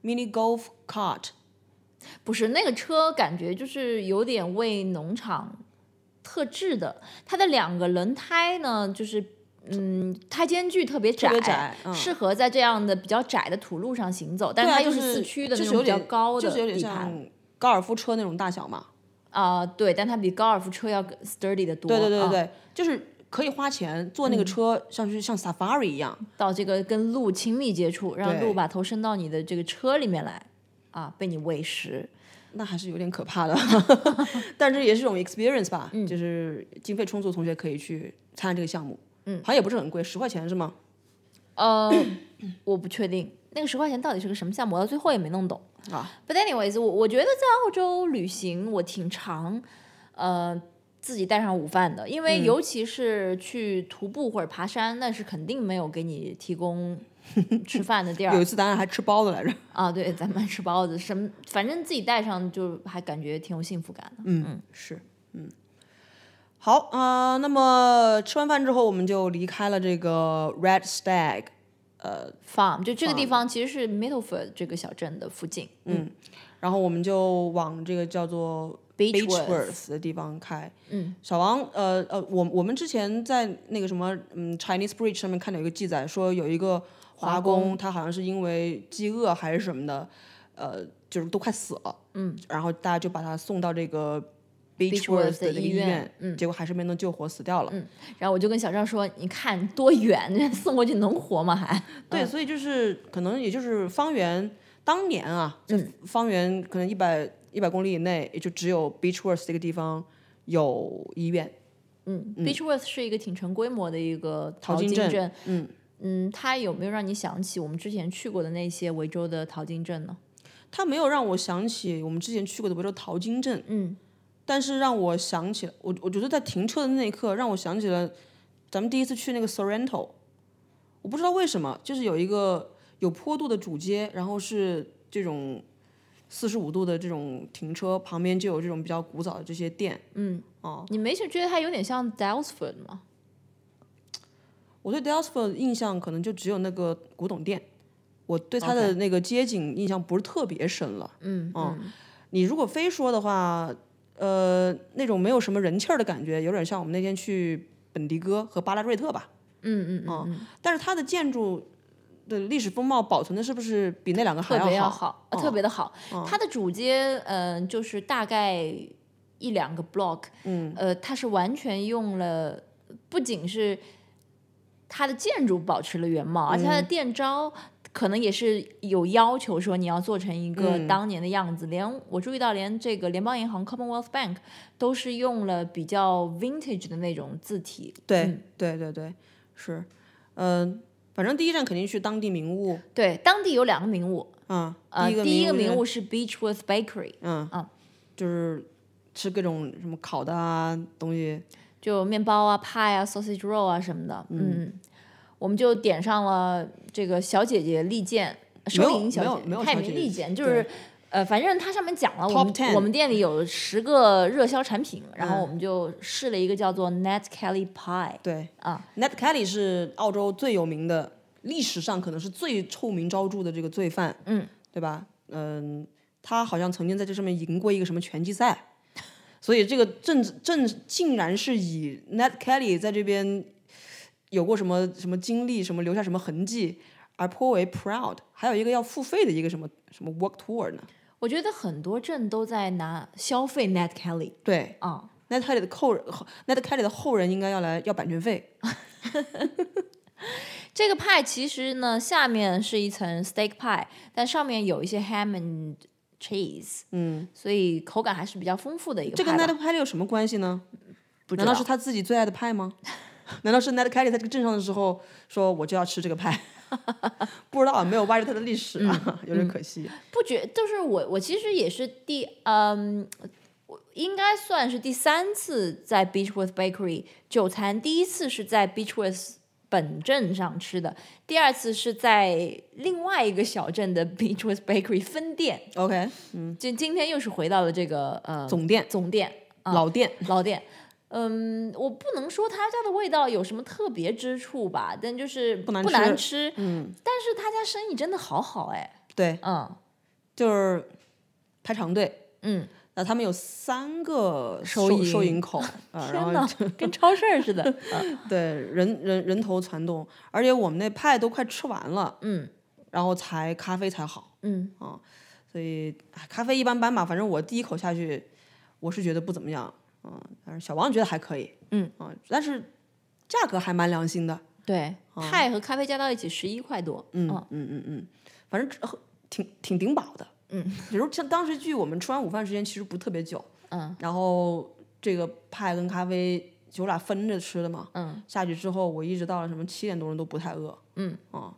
[SPEAKER 2] mini golf cart，
[SPEAKER 1] 不是那个车，感觉就是有点为农场特制的。它的两个轮胎呢，就是嗯，它间距特别窄，
[SPEAKER 2] 特别窄嗯
[SPEAKER 1] 适合在这样的比较窄的土路上行走，但
[SPEAKER 2] 对
[SPEAKER 1] 它
[SPEAKER 2] 啊，
[SPEAKER 1] 又
[SPEAKER 2] 就是
[SPEAKER 1] 四驱的
[SPEAKER 2] 就
[SPEAKER 1] 那种
[SPEAKER 2] 是有
[SPEAKER 1] 比较
[SPEAKER 2] 点
[SPEAKER 1] 高的
[SPEAKER 2] 就是有点
[SPEAKER 1] 底盘
[SPEAKER 2] 像高尔夫车那种大小嘛。
[SPEAKER 1] 啊、对，但它比高尔夫车要 sturdy 的多。
[SPEAKER 2] 对对对对
[SPEAKER 1] 啊
[SPEAKER 2] 对，就是可以花钱坐
[SPEAKER 1] 嗯
[SPEAKER 2] 那个车，像是像 safari 一样。
[SPEAKER 1] 到这个跟路亲密接触，让
[SPEAKER 2] 对
[SPEAKER 1] 路把头伸到你的这个车里面来，啊，被你喂食。
[SPEAKER 2] 那还是有点可怕的， 但这也是一种 experience 吧，
[SPEAKER 1] 嗯
[SPEAKER 2] 就是经费充足的同学可以去参加这个项目，嗯，好像也不是很贵，十块钱是吗？
[SPEAKER 1] 呃， 我不确定那个十块钱到底是个什么项目，我到最后也没弄懂。
[SPEAKER 2] 啊，
[SPEAKER 1] But anyways，我我觉得在澳洲旅行，我挺常，呃，自己带上午饭的，因为
[SPEAKER 2] 嗯
[SPEAKER 1] 尤其是去徒步或者爬山，那是肯定没有给你提供吃饭的地
[SPEAKER 2] 有
[SPEAKER 1] 儿
[SPEAKER 2] 一次咱俩还吃包子来着，
[SPEAKER 1] 啊。对，咱们吃包子，什么反正自己带上就还感觉挺有幸福感的。
[SPEAKER 2] 嗯，是，嗯，好，呃，那么吃完饭之后，我们就离开了这个 Red Stag，
[SPEAKER 1] Farm 就这个地方其实是 Middleford 这个小镇的附近，嗯
[SPEAKER 2] 然后我们就往这个叫做
[SPEAKER 1] Beechworth
[SPEAKER 2] 的地方开。
[SPEAKER 1] 嗯，
[SPEAKER 2] 小王，呃呃，我我们之前在那个什么，嗯，Chinese Bridge 上面看到有一个记载，说有一个华
[SPEAKER 1] 华
[SPEAKER 2] 工，
[SPEAKER 1] 工
[SPEAKER 2] 他好像是因为饥饿还是什么的，呃，就是都快死了。嗯，然后大家就把他送到这个
[SPEAKER 1] Beechworth
[SPEAKER 2] Beechworth
[SPEAKER 1] 的
[SPEAKER 2] 这个
[SPEAKER 1] 医
[SPEAKER 2] 医
[SPEAKER 1] 院嗯
[SPEAKER 2] 嗯，结果还是没能救活，死掉了。
[SPEAKER 1] 然后我就跟小赵说：“你看多远， 送过去能活吗？还
[SPEAKER 2] 对，所以就是可能也就是方圆当年啊，就
[SPEAKER 1] 嗯
[SPEAKER 2] 方圆可能一百一百公里以内，也就只有 Beechworth 这个地方有医院。
[SPEAKER 1] 嗯，Beechworth 是一个挺成规模的一个淘
[SPEAKER 2] 金
[SPEAKER 1] 金
[SPEAKER 2] 镇
[SPEAKER 1] 镇，
[SPEAKER 2] 嗯
[SPEAKER 1] 嗯，它有没有让你想起我们之前去过的那些维州的淘金镇呢？
[SPEAKER 2] 它没有让我想起我们之前去过的，比如说淘金镇，
[SPEAKER 1] 嗯，
[SPEAKER 2] 但是让我想起了我，我觉得在停车的那一刻，让我想起了咱们第一次去那个 Sorrento。我不知道为什么，就是有一个有坡度的主街，然后是这种四十五度的这种停车，旁边就有这种比较古早的这些店。哦
[SPEAKER 1] 你没觉得它有点像 Dalesford 吗？
[SPEAKER 2] 我对 d e l s f o r d 印象可能就只有那个古董店，我对它的
[SPEAKER 1] OK
[SPEAKER 2] 那个街景印象不是特别深了。
[SPEAKER 1] 嗯
[SPEAKER 2] 你如果非说的话，嗯、呃那种没有什么人气儿的感觉，有点像我们那天去本迪戈和巴拉瑞特吧。
[SPEAKER 1] 嗯嗯嗯，
[SPEAKER 2] 但是它的建筑的历史风貌保存的是不是比那两个还
[SPEAKER 1] 特别
[SPEAKER 2] 要嗯
[SPEAKER 1] 好，呃特别的好。它的主街，嗯、就是大概一两个 block，嗯，呃，它是完全用了，不仅是它的建筑保持了原
[SPEAKER 2] 嗯
[SPEAKER 1] 貌，而且它的店招。可能也是有要求说你要做成一个
[SPEAKER 2] 嗯
[SPEAKER 1] 当年的样子，连我注意到，连这个联邦银行 Commonwealth Bank 都是用了比较 vintage 的那种字体，
[SPEAKER 2] 对、对对对，是，嗯、反正第一站肯定去当地名物，
[SPEAKER 1] 对，当地有两个名物，
[SPEAKER 2] 啊、
[SPEAKER 1] 呃，
[SPEAKER 2] 一个
[SPEAKER 1] 第一个
[SPEAKER 2] 名
[SPEAKER 1] 名
[SPEAKER 2] 物
[SPEAKER 1] 物是 Beechworth Bakery，
[SPEAKER 2] 嗯
[SPEAKER 1] 啊
[SPEAKER 2] 就是吃各种什么烤的啊东西，
[SPEAKER 1] 就面包啊、派啊、sausage roll 啊什么的，嗯，我们就点上了这个小姐姐利剑，
[SPEAKER 2] 没
[SPEAKER 1] 手
[SPEAKER 2] 有
[SPEAKER 1] 影小
[SPEAKER 2] 没
[SPEAKER 1] 姐
[SPEAKER 2] 有没有
[SPEAKER 1] 她也
[SPEAKER 2] 小
[SPEAKER 1] 没
[SPEAKER 2] 姐
[SPEAKER 1] 利
[SPEAKER 2] 姐
[SPEAKER 1] 剑，就是呃，反正它上面讲了，我
[SPEAKER 2] Top
[SPEAKER 1] 们
[SPEAKER 2] 10
[SPEAKER 1] 我们店里有十个热销产品，然后
[SPEAKER 2] 嗯
[SPEAKER 1] 我们就试了一个叫做 Nat Kelly Pie，
[SPEAKER 2] 对
[SPEAKER 1] 啊
[SPEAKER 2] ，Nat Kelly 是澳洲最有名的，历史上可能是最臭名昭著的这个罪犯，
[SPEAKER 1] 嗯，
[SPEAKER 2] 对吧？嗯，他好像曾经在这上面赢过一个什么拳击赛，所以这个正正竟然是以 Nat Kelly 在这边有过什么什么经历，什么留下什么痕迹而颇为 proud，还有一个要付费的一个什么什么 work tour 呢？
[SPEAKER 1] 我觉得很多镇都在拿消费 Nat Kelly
[SPEAKER 2] 对
[SPEAKER 1] 啊，
[SPEAKER 2] ，Nat Kelly 的后人后，Nat Kelly 的后人应该要来要版权费，
[SPEAKER 1] 这个派其实呢，下面是一层 steak pie，但上面有一些 ham and cheese，
[SPEAKER 2] 嗯，
[SPEAKER 1] 所以口感还是比较丰富的一个
[SPEAKER 2] 这跟
[SPEAKER 1] 派吧
[SPEAKER 2] Nat Kelly 有什么关系呢？
[SPEAKER 1] 不知
[SPEAKER 2] 难
[SPEAKER 1] 道
[SPEAKER 2] 道是他自己最爱的派吗？ 难道是 Nat Kelly 在这个镇上的时候说我就要吃这个派？不知道啊，没有挖掘他的历史
[SPEAKER 1] 嗯
[SPEAKER 2] 啊， 有点可惜。
[SPEAKER 1] 不觉，就是我我其实也是第嗯，我应该算是第三次在 Beachworth Bakery 就餐，第一次是在 Beachworth 本镇上吃的，第二次是在另外一个小镇的 Beachworth Bakery 分店，
[SPEAKER 2] OK，
[SPEAKER 1] 今今天又是回到了这个呃
[SPEAKER 2] 总店
[SPEAKER 1] 总店
[SPEAKER 2] 老店，
[SPEAKER 1] 老店。嗯，我不能说他家的味道有什么特别之处吧，但就是不
[SPEAKER 2] 难
[SPEAKER 1] 难
[SPEAKER 2] 吃
[SPEAKER 1] 嗯，但是他家生意真的好好哎，
[SPEAKER 2] 对，
[SPEAKER 1] 嗯
[SPEAKER 2] 就是排长队。
[SPEAKER 1] 嗯，
[SPEAKER 2] 那他们有三个
[SPEAKER 1] 收
[SPEAKER 2] 收
[SPEAKER 1] 银
[SPEAKER 2] 收银 口，啊，然
[SPEAKER 1] 天
[SPEAKER 2] 后
[SPEAKER 1] 哪，跟超市儿 似的，嗯
[SPEAKER 2] 对人人人头攒动，而且我们那派都快吃完了，
[SPEAKER 1] 嗯
[SPEAKER 2] 然后才咖啡才好。
[SPEAKER 1] 嗯，
[SPEAKER 2] 所以唉咖啡一般般吧，反正我第一口下去，我是觉得不怎么样，嗯，但是小王觉得还可以，
[SPEAKER 1] 嗯
[SPEAKER 2] 啊，但是价格还蛮良心的，
[SPEAKER 1] 对，派和咖啡加到一起十一块多，
[SPEAKER 2] 嗯嗯嗯嗯，反正这挺挺顶饱的，嗯， 比如像当时距我们吃完午饭时间其实不特别久，
[SPEAKER 1] 嗯，
[SPEAKER 2] 然后这个派跟咖啡就我俩分着吃的嘛，
[SPEAKER 1] 嗯，
[SPEAKER 2] 下去之后我一直到了什么七点多钟都不太饿，
[SPEAKER 1] 嗯
[SPEAKER 2] 啊，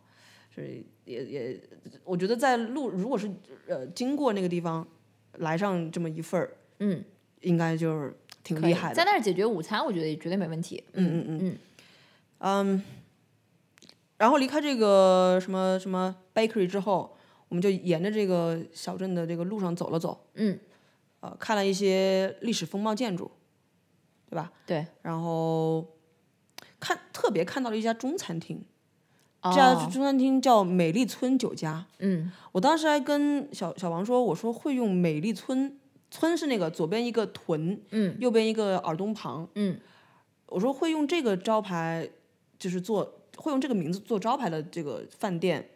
[SPEAKER 2] 所以也也我觉得在路如果是呃经过那个地方来上这么一份儿。
[SPEAKER 1] 嗯，
[SPEAKER 2] 应该就是挺
[SPEAKER 1] 可
[SPEAKER 2] 厉
[SPEAKER 1] 以
[SPEAKER 2] 害的。
[SPEAKER 1] 在那儿解决午餐，我觉得也绝对没问题，
[SPEAKER 2] 嗯嗯
[SPEAKER 1] 嗯
[SPEAKER 2] 嗯嗯。然后离开这个什么什么 bakery 之后，我们就沿着这个小镇的这个路上走了走，
[SPEAKER 1] 嗯，
[SPEAKER 2] 呃，看了一些历史风貌建筑，对吧？
[SPEAKER 1] 对，
[SPEAKER 2] 然后看特别看到了一家中餐厅，
[SPEAKER 1] 哦
[SPEAKER 2] 这家中餐厅叫美丽村酒家。
[SPEAKER 1] 嗯
[SPEAKER 2] 我当时还跟小小王说，我说会用美丽村，村是那个左边一个屯，
[SPEAKER 1] 嗯，
[SPEAKER 2] 右边一个耳东旁，
[SPEAKER 1] 嗯，
[SPEAKER 2] 我说会用这个招牌，就是做会用这个名字做招牌的这个饭店，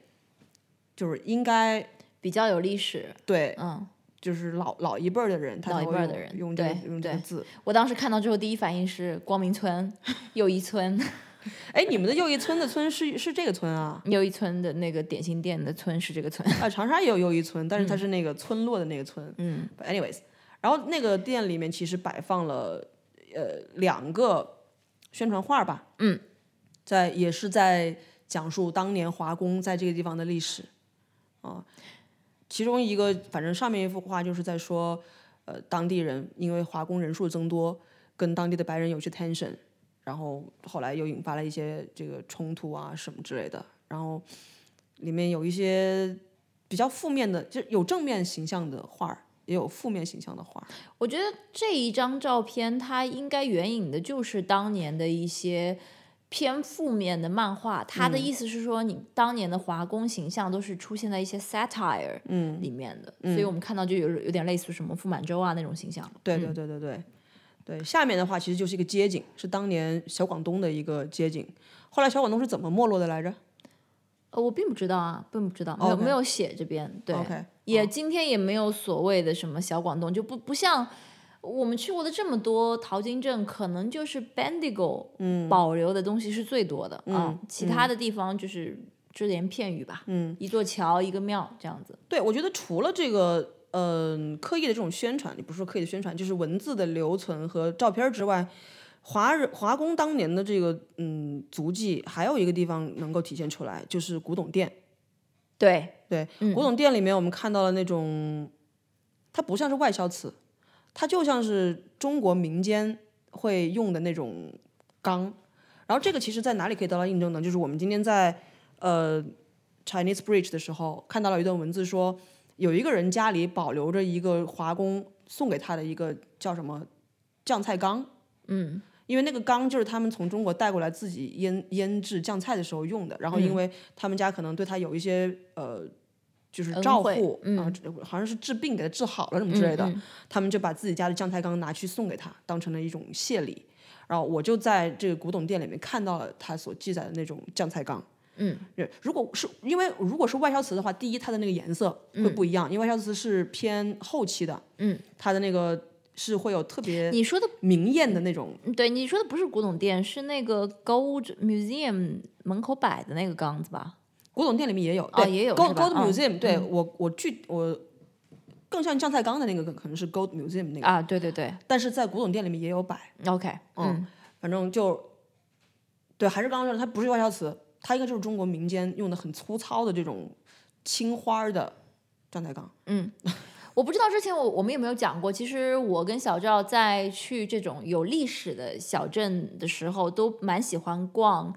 [SPEAKER 2] 就是应该
[SPEAKER 1] 比较有历史，
[SPEAKER 2] 对，
[SPEAKER 1] 嗯，
[SPEAKER 2] 就是老老一辈儿的人，他
[SPEAKER 1] 老
[SPEAKER 2] 才
[SPEAKER 1] 一
[SPEAKER 2] 会
[SPEAKER 1] 辈儿
[SPEAKER 2] 用
[SPEAKER 1] 的人
[SPEAKER 2] 用这个
[SPEAKER 1] 对
[SPEAKER 2] 用这个
[SPEAKER 1] 对
[SPEAKER 2] 字。
[SPEAKER 1] 我当时看到之后第一反应是光明村、 又一村、
[SPEAKER 2] 哎，你们的又一村的村是是这个村啊？
[SPEAKER 1] 又一村的那个点心店的村是这个村，
[SPEAKER 2] 啊，长沙也有又一村，但是它是那个村落的那个村。
[SPEAKER 1] 嗯。
[SPEAKER 2] But anyways，然后那个店里面其实摆放了呃两个宣传画吧，嗯，在也是在讲述当年华工在这个地方的历史啊。其中一个，反正上面一幅画就是在说，呃，当地人因为华工人数增多，跟当地的白人有些 tension，然后后来又引发了一些这个冲突啊什么之类的。然后里面有一些比较负面的，就有正面形象的画儿，也有负面形象的画儿。
[SPEAKER 1] 我觉得这一张照片，它应该援引的就是当年的一些偏负面的漫画，他
[SPEAKER 2] 嗯
[SPEAKER 1] 的意思是说，你当年的华工形象都是出现在一些 satire
[SPEAKER 2] 嗯，
[SPEAKER 1] 里面的，所以我们看到就有有点类似什么傅满洲啊那种形象。
[SPEAKER 2] 对对对对对对。下面的话其实就是一个街景，是当年小广东的一个街景。后来小广东是怎么没落的来着
[SPEAKER 1] 呃，我并不知道啊，并不知道，没有
[SPEAKER 2] OK
[SPEAKER 1] 没有写这边，对
[SPEAKER 2] ？OK，
[SPEAKER 1] 也今天也没有所谓的什么小广东，就不不像我们去过的这么多淘金镇，可能就是 Bendigo 保留的东西是最多的、啊，其他的地方就是只言片语吧，嗯，一座桥一个庙这样子，
[SPEAKER 2] 对，我觉得除了这个，嗯、刻意的这种宣传，也不是说刻意的宣传，就是文字的留存和照片儿之外，华人华工当年的这个嗯足迹，还有一个地方能够体现出来，就是古董店。
[SPEAKER 1] 对，
[SPEAKER 2] 对，古董店里面我们看到了那种，它不像是外销词，它就像是中国民间会用的那种钢。然后这个其实在哪里可以得到印证呢？就是我们今天在呃 Chinese Bridge 的时候看到了一段文字说，有一个人家里保留着一个华工送给他的一个叫什么酱菜缸，
[SPEAKER 1] 嗯，
[SPEAKER 2] 因为那个缸就是他们从中国带过来自己腌腌制酱菜的时候用的，
[SPEAKER 1] 嗯
[SPEAKER 2] 然后因为他们家可能对他有一些呃，就是
[SPEAKER 1] 恩
[SPEAKER 2] 照
[SPEAKER 1] 惠
[SPEAKER 2] 护、
[SPEAKER 1] 嗯
[SPEAKER 2] 啊，好像是治病给他治好了什么之类的，
[SPEAKER 1] 嗯嗯
[SPEAKER 2] 他们就把自己家的酱菜缸拿去送给他，当成了一种谢礼。然后我就在这个古董店里面看到了他所记载的那种酱菜缸。
[SPEAKER 1] 嗯，
[SPEAKER 2] 呃如果是因为如果是外销瓷的话，第一它的那个颜色会不一样，因为外销瓷是偏后期的，
[SPEAKER 1] 嗯，
[SPEAKER 2] 它的那个是会有特别
[SPEAKER 1] 你说的
[SPEAKER 2] 明艳的那种
[SPEAKER 1] 对，你说的不是古董店，是那个 Gold Museum 门口摆的那个缸子吧？
[SPEAKER 2] 古董店里面也有，
[SPEAKER 1] 哦
[SPEAKER 2] 对
[SPEAKER 1] 也有
[SPEAKER 2] Gold
[SPEAKER 1] 是吧
[SPEAKER 2] Gold
[SPEAKER 1] 嗯
[SPEAKER 2] Museum，、对我我具我更像酱菜缸的那个可可能是 Gold Museum 那个，
[SPEAKER 1] 啊，对对对
[SPEAKER 2] 但是在古董店里面也有摆，
[SPEAKER 1] ，OK，嗯，
[SPEAKER 2] 反正就对，还是刚刚说的，它不是外销瓷，它应该就是中国民间用的很粗糙的这种青花儿的酱菜缸，
[SPEAKER 1] 我不知道之前我我们有没有讲过，其实我跟小赵在去这种有历史的小镇的时候，都蛮喜欢逛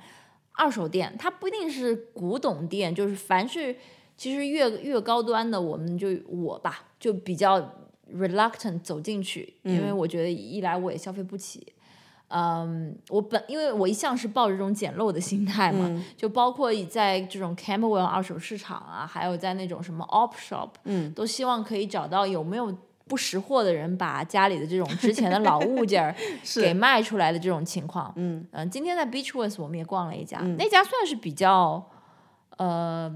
[SPEAKER 1] 二手店，它不一定是古董店，就是凡是其实越越高端的，我们就我吧就比较 reluctant 走进去，因为我觉得一来我也消费不起。嗯，我本因为我一向是抱着这种捡漏的心态嘛，就包括在这种 Camberwell 二手市场啊，还有在那种什么 Op Shop，嗯，都希望可以找到有没有不识货的人把家里的这种值钱的老物件儿给卖出来的这种情况。嗯今天在 Beachwest 我们也逛了一家，那家算是比较呃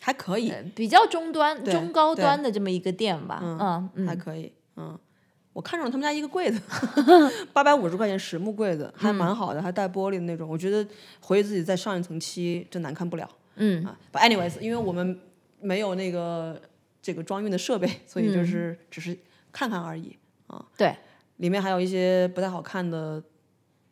[SPEAKER 2] 还可以，
[SPEAKER 1] 比较中端、
[SPEAKER 2] 对
[SPEAKER 1] 中高
[SPEAKER 2] 对
[SPEAKER 1] 端的这么一个店吧。嗯嗯
[SPEAKER 2] 还可以，嗯。我看上了他们家一个 柜子，八百五十块钱实木柜子，还
[SPEAKER 1] 嗯
[SPEAKER 2] 蛮好的，还带玻璃的那种。我觉得回去自己再上一层漆，真难看不了。
[SPEAKER 1] 嗯，
[SPEAKER 2] 啊。But anyways，因为我们没有那个这个装运的设备，所以就是只是看看而已啊。
[SPEAKER 1] 嗯对，
[SPEAKER 2] 里面还有一些不太好看的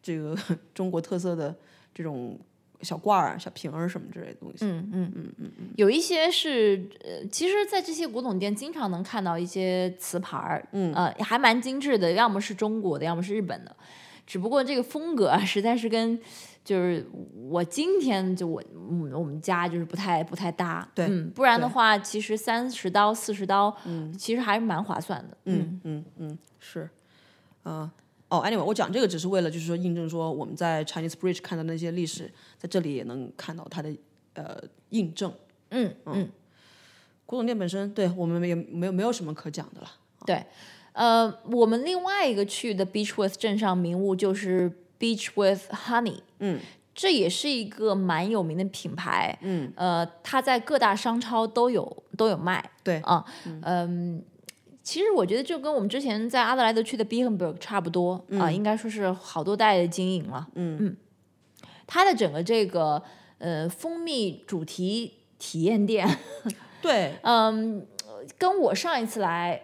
[SPEAKER 2] 这个 中国特色的这种小罐儿、小瓶儿什么之类的东西。
[SPEAKER 1] 嗯嗯嗯嗯，有一些是呃，其实，在这些古董店经常能看到一些瓷牌儿，嗯呃，还蛮精致的，要么是中国的，要么是日本的，只不过这个风格啊，实在是跟就是我今天就我嗯我们家就是不太不太搭，
[SPEAKER 2] 对
[SPEAKER 1] 嗯，不然的
[SPEAKER 2] 对
[SPEAKER 1] 话，其实三十刀四十刀，其实还是蛮划算的，嗯，
[SPEAKER 2] 嗯嗯，是，啊、哦，anyway，我讲这个只是为了就是说印证说我们在 Chinese Bridge 看到那些历史，在这里也能看到它的呃印证。
[SPEAKER 1] 嗯嗯，
[SPEAKER 2] 古董店本身，对我们也没有没有什么可讲的了。
[SPEAKER 1] 对，呃，我们另外一个去的 Beachworth 镇上名物就是 Beachworth Honey，
[SPEAKER 2] 嗯，
[SPEAKER 1] 这也是一个蛮有名的品牌，
[SPEAKER 2] 嗯，
[SPEAKER 1] 呃，它在各大商超都有都有卖，
[SPEAKER 2] 对
[SPEAKER 1] 啊，嗯。其实我觉得就跟我们之前在阿德莱德去的 b i h e n b e r g 差不多
[SPEAKER 2] 嗯
[SPEAKER 1] 啊、应该说是好多代的经营了。嗯它的整个这个呃蜂蜜主题体验店，
[SPEAKER 2] 对，
[SPEAKER 1] 嗯，跟我上一次来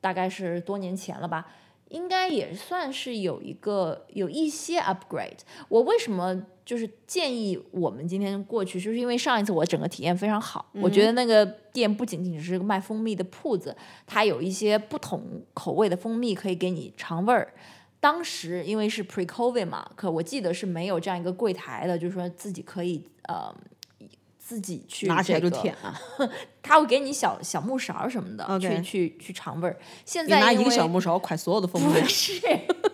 [SPEAKER 1] 大概是多年前了吧，应该也算是有一个有一些 upgrade。我为什么就是建议我们今天过去，就是因为上一次我整个体验非常好，
[SPEAKER 2] 嗯
[SPEAKER 1] 我觉得那个店不仅仅只是个卖蜂蜜的铺子，它有一些不同口味的蜂蜜可以给你尝味儿。当时因为是 pre COVID 嘛，可我记得是没有这样一个柜台的，就是说自己可以呃自己去、这个、
[SPEAKER 2] 拿起来就舔啊！
[SPEAKER 1] 他会给你小小木勺儿什么的
[SPEAKER 2] OK
[SPEAKER 1] 去去去尝味儿。现
[SPEAKER 2] 你拿
[SPEAKER 1] 在因
[SPEAKER 2] 一
[SPEAKER 1] 为
[SPEAKER 2] 个小木勺，快所有的蜂蜜
[SPEAKER 1] 不。是，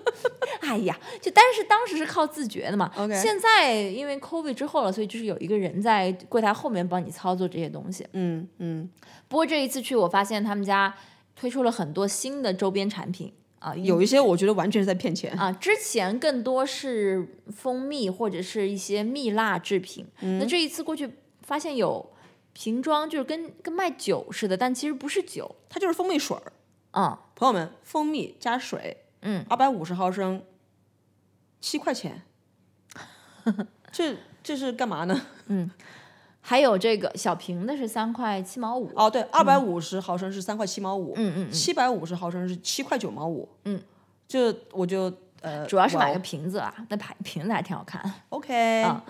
[SPEAKER 1] 哎呀，就但是当时是靠自觉的嘛。
[SPEAKER 2] OK
[SPEAKER 1] 现在因为 COVID 之后了，所以就是有一个人在柜台后面帮你操作这些东西。
[SPEAKER 2] 嗯嗯，
[SPEAKER 1] 不过这一次去，我发现他们家推出了很多新的周边产品啊，
[SPEAKER 2] 有一些我觉得完全是在骗钱。
[SPEAKER 1] 啊，之前更多是蜂蜜或者是一些蜜蜡制品。
[SPEAKER 2] 嗯
[SPEAKER 1] 那这一次过去发现有瓶装，就是跟跟卖酒似的，但其实不是酒。
[SPEAKER 2] 它就是蜂蜜水儿，
[SPEAKER 1] 嗯，
[SPEAKER 2] 朋友们，蜂蜜加水，
[SPEAKER 1] 嗯，
[SPEAKER 2] 二百五十毫升，七 块钱，这这是干嘛呢？
[SPEAKER 1] 还有这个小瓶的是三块七毛五。
[SPEAKER 2] 哦，对，二百五十毫升是三块七毛五，
[SPEAKER 1] 嗯嗯嗯嗯，
[SPEAKER 2] 七百五十毫升是七块九毛五，
[SPEAKER 1] 嗯，
[SPEAKER 2] 这我就呃，
[SPEAKER 1] 主要是
[SPEAKER 2] 哇
[SPEAKER 1] 买个瓶子啦，那牌瓶子还挺好看。
[SPEAKER 2] OK，、
[SPEAKER 1] 啊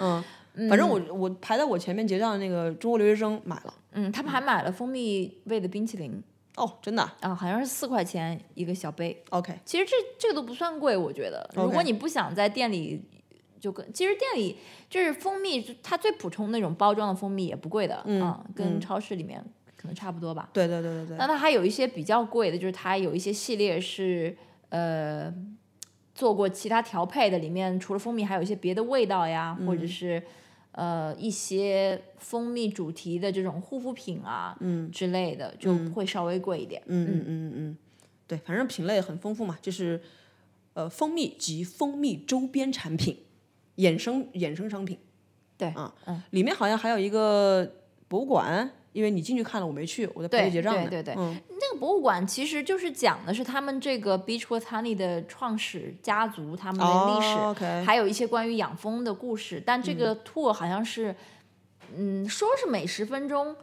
[SPEAKER 2] 嗯，反正我我排在我前面结账的那个中国留学生买了，
[SPEAKER 1] 嗯，他们还买了蜂蜜味的冰淇淋
[SPEAKER 2] 哦，真的啊
[SPEAKER 1] 啊，好像是四块钱一个小杯。
[SPEAKER 2] ，OK，
[SPEAKER 1] 其实这这个都不算贵，我觉得。
[SPEAKER 2] OK
[SPEAKER 1] 如果你不想在店里，就跟其实店里就是蜂蜜，就它最普通那种包装的蜂蜜也不贵的，
[SPEAKER 2] 嗯
[SPEAKER 1] 啊，跟
[SPEAKER 2] 嗯
[SPEAKER 1] 超市里面可能差不多吧。
[SPEAKER 2] 对对对对对，
[SPEAKER 1] 那它还有一些比较贵的，就是它有一些系列是呃做过其他调配的，里面除了蜂蜜还有一些别的味道呀，或者是呃一些蜂蜜主题的这种护肤品啊，嗯之类的，就会稍微贵一点。
[SPEAKER 2] 嗯嗯嗯嗯嗯，对，反正品类很丰富嘛，就是呃蜂蜜及蜂蜜周边产品，衍生衍生商品。
[SPEAKER 1] 对
[SPEAKER 2] 啊，
[SPEAKER 1] 嗯
[SPEAKER 2] 里面好像还有一个博物馆，因为你进去看了，我没去，我在排队
[SPEAKER 1] 对
[SPEAKER 2] 结账呢。
[SPEAKER 1] 对对对
[SPEAKER 2] 嗯
[SPEAKER 1] 那个博物馆其实就是讲的是他们这个 Beachwood Honey 的创始家族他们的历史，
[SPEAKER 2] 哦，OK
[SPEAKER 1] 还有一些关于养蜂的故事。但这个 tour 好像是，嗯说是每十分钟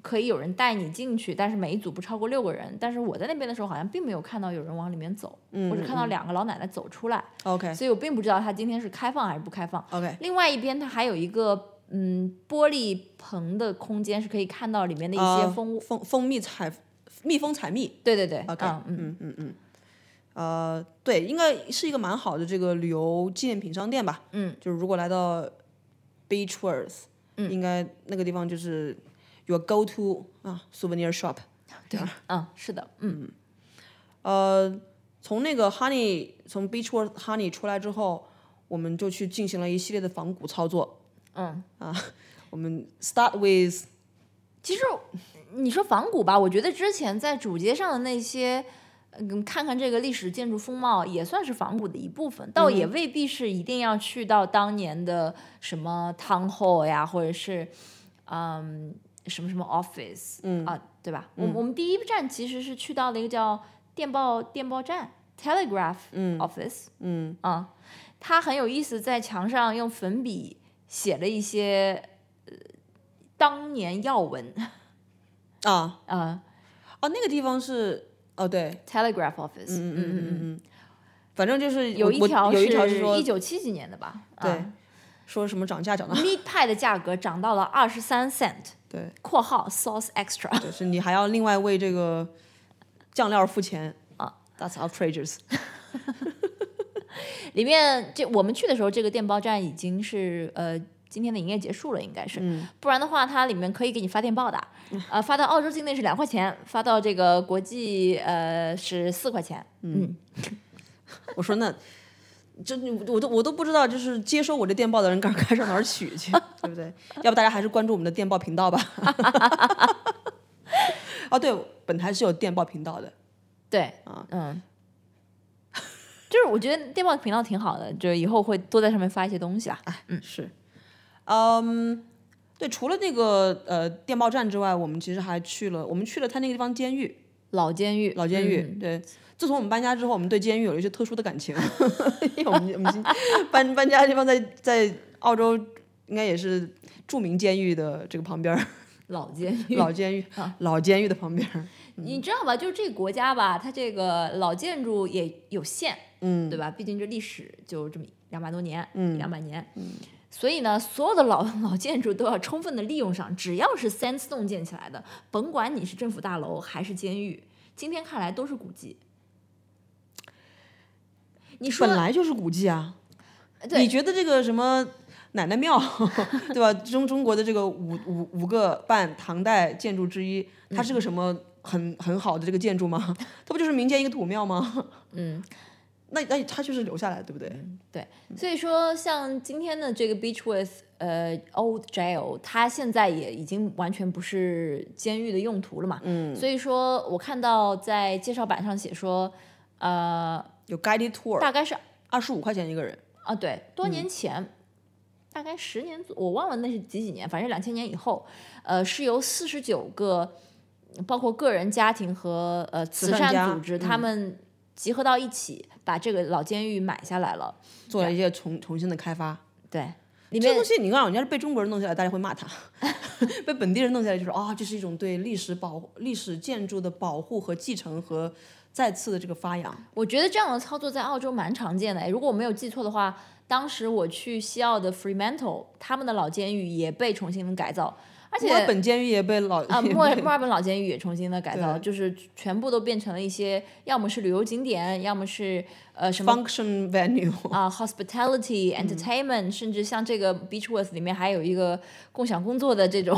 [SPEAKER 1] 可以有人带你进去，但是每一组不超过六个人。但是我在那边的时候，好像并没有看到有人往里面走，我只看到两个老奶奶走出来，
[SPEAKER 2] ，OK
[SPEAKER 1] 所以我并不知道它今天是开放还是不开放。
[SPEAKER 2] OK，
[SPEAKER 1] 另外一边，它还有一个嗯玻璃棚的空间，是可以看到里面的一些
[SPEAKER 2] 啊
[SPEAKER 1] 蜂窝。
[SPEAKER 2] 蜂蜂蜜采蜜蜂采蜜。
[SPEAKER 1] 对对对
[SPEAKER 2] OK，
[SPEAKER 1] 嗯嗯。
[SPEAKER 2] 嗯嗯嗯，呃，对，应该是一个蛮好的这个旅游纪念品商店吧。
[SPEAKER 1] 嗯，
[SPEAKER 2] 就是如果来到 Beachworth，嗯，应该那个地方就是 your go to 啊 souvenir shop。
[SPEAKER 1] 对，嗯，是的，嗯，
[SPEAKER 2] 呃，从那个 Honey 从 Beachworth Honey 出来之后，我们就去进行了一系列的仿古操作。
[SPEAKER 1] 嗯
[SPEAKER 2] 啊，我们 start with
[SPEAKER 1] 其实你说仿古吧，我觉得之前在主街上的那些，嗯，看看这个历史建筑风貌，也算是仿古的一部分，倒也未必是一定要去到当年的什么 town hall 呀，或者是嗯什么什么 office，嗯啊，对吧？我、我们第一站其实是去到了一个叫电报电报站 telegraph office，嗯啊，它很有意思，在墙上用粉笔写了一些。呃当年要闻，
[SPEAKER 2] 啊
[SPEAKER 1] 啊、
[SPEAKER 2] 啊，那个地方是哦对，
[SPEAKER 1] t e l e g r a p h Office，
[SPEAKER 2] 嗯
[SPEAKER 1] 嗯
[SPEAKER 2] 嗯嗯嗯嗯，反正就是
[SPEAKER 1] 有
[SPEAKER 2] 我
[SPEAKER 1] 一
[SPEAKER 2] 我
[SPEAKER 1] 条
[SPEAKER 2] 有一条是
[SPEAKER 1] 是
[SPEAKER 2] 说
[SPEAKER 1] 一九七几年的吧？
[SPEAKER 2] 对
[SPEAKER 1] 啊、
[SPEAKER 2] 说什么涨价涨到
[SPEAKER 1] ，meat pie 的价格涨到了二十三 cent，
[SPEAKER 2] 对，
[SPEAKER 1] 括号 sauce extra，
[SPEAKER 2] 就是你还要另外为这个酱料付钱啊。That's outrageous。
[SPEAKER 1] 里面这我们去的时候，这个电报站已经是呃。今天的营业结束了，应该是，
[SPEAKER 2] 嗯
[SPEAKER 1] 不然的话，它里面可以给你发电报 的，呃，发到澳洲境内是两块钱，发到这个国际呃是四块钱，嗯，
[SPEAKER 2] 我说那，这我都我都不知道，就是接收我这电报的人该 该上哪儿取去，对不对？要不大家还是关注我们的电报频道吧。 哦，对，本台是有电报频道的。
[SPEAKER 1] 对，
[SPEAKER 2] 啊
[SPEAKER 1] 嗯， 就是我觉得电报频道挺好的，就是以后会多在上面发一些东西吧，啊
[SPEAKER 2] 嗯，是，嗯，对，除了那个呃电报站之外，我们其实还去了，我们去了他那个地方监狱，
[SPEAKER 1] 老监狱，嗯
[SPEAKER 2] 老监狱。对，自从我们搬家之后，我们对监狱有了一些特殊的感情， 因为我们我们已经搬搬家的地方在在澳洲，应该也是著名监狱的这个旁边儿，
[SPEAKER 1] 老监狱，啊
[SPEAKER 2] 老监狱，老监狱的旁边儿。
[SPEAKER 1] 你知道吧？就是这个国家吧，它这个老建筑也有限，嗯，对吧？毕竟这历史就这么两百多年，嗯，两百年，嗯， 所以呢，所有的老老建筑都要充分的利用上，只要是 sandstone 建起来的，甭管你是政府大楼还是监狱，今天看来都是古迹。你说呃
[SPEAKER 2] 本来就是古迹啊。
[SPEAKER 1] 对
[SPEAKER 2] 你觉得这个什么奶奶庙， 对吧？中中国的这个五五五个半唐代建筑之一，它
[SPEAKER 1] 嗯 嗯
[SPEAKER 2] 是个什么很很好的这个建筑吗？它不就是民间一个土庙吗？那那他就是留下来，对不对？
[SPEAKER 1] 所以说，像今天的这个 Beach with 呃 Old Jail，它现在也已经完全不是监狱的用途了嘛。嗯，所以说我看到在介绍板上写说，呃，
[SPEAKER 2] 有 guided tour，
[SPEAKER 1] 大概是
[SPEAKER 2] 二十五块钱一个人。
[SPEAKER 1] 啊，对，
[SPEAKER 2] 嗯
[SPEAKER 1] 多年前，大概十年左，我忘了那是几几年，反正两千年以后，呃，是由四十九个，包括个人、家庭和呃慈
[SPEAKER 2] 善家
[SPEAKER 1] 善组织，他
[SPEAKER 2] 嗯
[SPEAKER 1] 们集合到一起，把这个老监狱买下来了。
[SPEAKER 2] 做了一些重重新的开发。
[SPEAKER 1] 对，里
[SPEAKER 2] 这
[SPEAKER 1] 面
[SPEAKER 2] 东西你看，人家是被中国人弄下来，大家会骂他； 被本地人弄下来，就是啊、这是一种对历史保护、历史建筑的保护和继承和再次的这个发扬。
[SPEAKER 1] 我觉得这样的操作在澳洲蛮常见的。诶如果我没有记错的话，当时我去西澳的 Fremantle，他们的老监狱也被重新改造，而且
[SPEAKER 2] 墨尔本监狱也被老
[SPEAKER 1] 啊，
[SPEAKER 2] 也
[SPEAKER 1] 墨尔
[SPEAKER 2] 被
[SPEAKER 1] 墨尔本老监狱也重新的改造，
[SPEAKER 2] 对
[SPEAKER 1] 就是全部都变成了一些要么是旅游景点，要么是呃什么
[SPEAKER 2] function venue
[SPEAKER 1] 啊、hospitality
[SPEAKER 2] 嗯
[SPEAKER 1] entertainment，、甚至像这个 Beachworth 里面还有一个共享工作的这种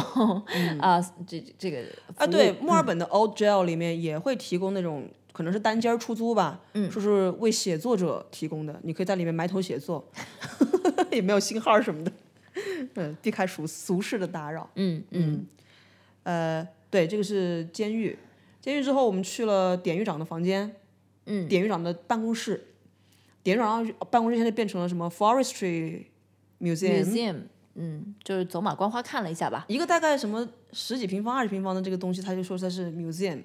[SPEAKER 1] 啊、这这个
[SPEAKER 2] 嗯啊，
[SPEAKER 1] 服务
[SPEAKER 2] 对，墨尔本的 Old Jail 里面也会提供那种可能是单间儿出租吧，嗯，说是为写作者提供的，你可以在里面埋头写作， 也没有信号什么的， 嗯，避开俗俗世的打扰。
[SPEAKER 1] 嗯嗯
[SPEAKER 2] 呃，对，这个是监狱。监狱之后，我们去了典狱长的房间，嗯，典狱长的办公室。典狱长办公室现在变成了什么 Forestry Museum，
[SPEAKER 1] museum，嗯，就是走马观花看了一下吧。
[SPEAKER 2] 一个大概什么十几平方、二十平方的这个东西，他就说它是 museum，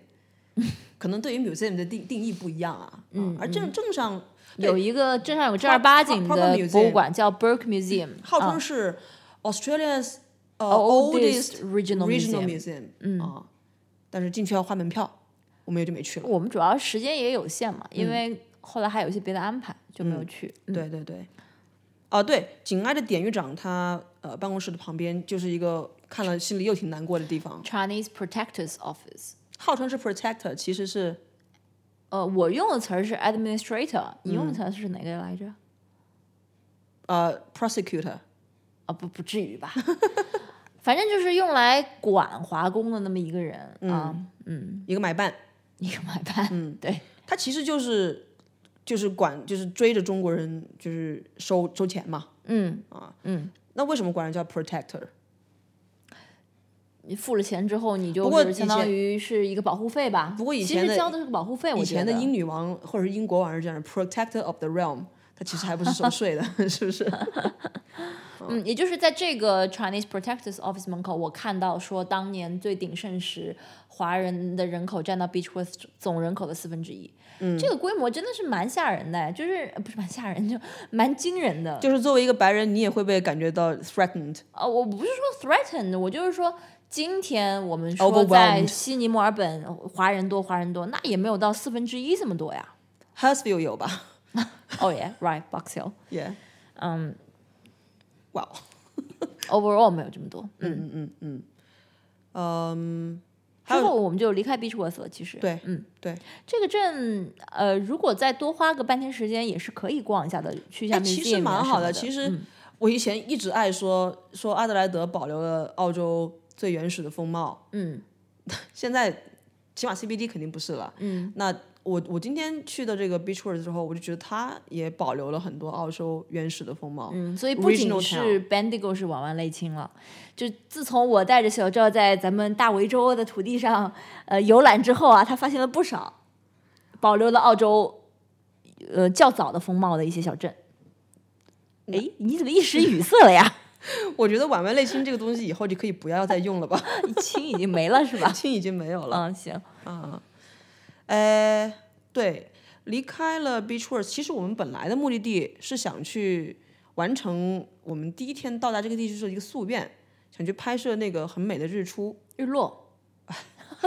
[SPEAKER 2] 可能对于 museum 的定定义不一样啊。嗯，而正正上
[SPEAKER 1] 有一个镇上有个正儿八经
[SPEAKER 2] Proper- proper
[SPEAKER 1] 的博物馆叫 Burke Museum，
[SPEAKER 2] 号
[SPEAKER 1] 啊
[SPEAKER 2] 称是 Australia's 呃
[SPEAKER 1] oldest
[SPEAKER 2] oldest
[SPEAKER 1] regional
[SPEAKER 2] regional
[SPEAKER 1] museum。
[SPEAKER 2] museum，嗯啊，但是进去要花门票，我们也就没去了。
[SPEAKER 1] 我们主要时间也有限嘛，因
[SPEAKER 2] 嗯
[SPEAKER 1] 为后来还有一些别的安排，就没有去。嗯
[SPEAKER 2] 对对对，啊对，紧挨着典狱长他呃办公室的旁边就是一个看了心里又挺难过的地方，
[SPEAKER 1] Chinese Protectors Office。
[SPEAKER 2] 号称是 protector，其实是
[SPEAKER 1] 呃，我用的词儿是 administrator，你
[SPEAKER 2] 嗯
[SPEAKER 1] 用的词儿是哪个来着？
[SPEAKER 2] 呃 prosecutor。
[SPEAKER 1] 啊，不，不至于吧？ 反正就是用来管华工的那么一个人
[SPEAKER 2] 嗯
[SPEAKER 1] 啊，
[SPEAKER 2] 一个买办，
[SPEAKER 1] 一个买办。
[SPEAKER 2] 嗯
[SPEAKER 1] 对，
[SPEAKER 2] 他其实就是就是管就是追着中国人就是收收钱嘛。啊
[SPEAKER 1] 嗯，
[SPEAKER 2] 那为什么管人叫 protector？
[SPEAKER 1] 你付了钱之后，你就
[SPEAKER 2] 不过
[SPEAKER 1] 是相
[SPEAKER 2] 以
[SPEAKER 1] 当
[SPEAKER 2] 前
[SPEAKER 1] 于是一个保护费吧。
[SPEAKER 2] 不过以
[SPEAKER 1] 其
[SPEAKER 2] 前
[SPEAKER 1] 实
[SPEAKER 2] 的
[SPEAKER 1] 交的是个保护费，我
[SPEAKER 2] 以
[SPEAKER 1] 觉
[SPEAKER 2] 前的
[SPEAKER 1] 得
[SPEAKER 2] 英女王或者是英国王是这样的，protector of the realm，他其实还不是收税的， 是 不是？
[SPEAKER 1] 嗯，也就是在这个 Chinese Protectors Office 门口，我看到说当年最鼎盛时，华人的人口占到 Beachworth 总人口的四分之一。嗯，这个规模真的是蛮吓人的，就是呃不是蛮吓人，就蛮惊人的。
[SPEAKER 2] 就是作为一个白人，你也会被感觉到 threatened。
[SPEAKER 1] 呃，我不是说 threatened，我就是说。今天我们说
[SPEAKER 2] Overwhelmed
[SPEAKER 1] 在悉尼、墨尔本，呃华人多，华人多，那也没有到四分之一这么多呀。
[SPEAKER 2] Hurstville 有吧
[SPEAKER 1] 哦耶，right，Box Hill，
[SPEAKER 2] ？Yeah，
[SPEAKER 1] 嗯
[SPEAKER 2] 哇、wow.。
[SPEAKER 1] ，overall 没有这么多。嗯，
[SPEAKER 2] 嗯嗯嗯，嗯，
[SPEAKER 1] 之
[SPEAKER 2] 还有
[SPEAKER 1] 后我们就离开 Beachworth 了。其实，
[SPEAKER 2] 对
[SPEAKER 1] 嗯，
[SPEAKER 2] 对，
[SPEAKER 1] 这个镇，呃，如果再多花个半天时间，也是可以逛一下的，去一下
[SPEAKER 2] 哎，
[SPEAKER 1] 明
[SPEAKER 2] 其
[SPEAKER 1] 信
[SPEAKER 2] 实
[SPEAKER 1] 片
[SPEAKER 2] 蛮
[SPEAKER 1] 啊什
[SPEAKER 2] 好
[SPEAKER 1] 么的。
[SPEAKER 2] 其实我以前一直爱说说阿德莱德保留了澳洲最原始的风貌，
[SPEAKER 1] 嗯
[SPEAKER 2] 现在起码 CBD 肯定不是了。
[SPEAKER 1] 嗯，
[SPEAKER 2] 那我我今天去的这个 Beachworth 之后，我就觉得它也保留了很多澳洲原始的风貌。
[SPEAKER 1] 嗯，所以不仅
[SPEAKER 2] Regional
[SPEAKER 1] 是 Bendigo 是婉婉泪青了，就自从我带着小赵在咱们大维州的土地上呃游览之后啊，他发现了不少保留了澳洲呃较早的风貌的一些小镇。哎，你怎么一时语塞了呀？
[SPEAKER 2] 我觉得婉婉泪青这个东西以后就可以不要再用了吧，
[SPEAKER 1] 青已经没了是吧？
[SPEAKER 2] 青已经没有了。
[SPEAKER 1] 嗯，行，
[SPEAKER 2] 啊，呃，对，离开了 Beachworth，其实我们本来的目的地是想去完成我们第一天到达这个地区的一个夙愿，想去拍摄那个很美的日出。
[SPEAKER 1] 日落，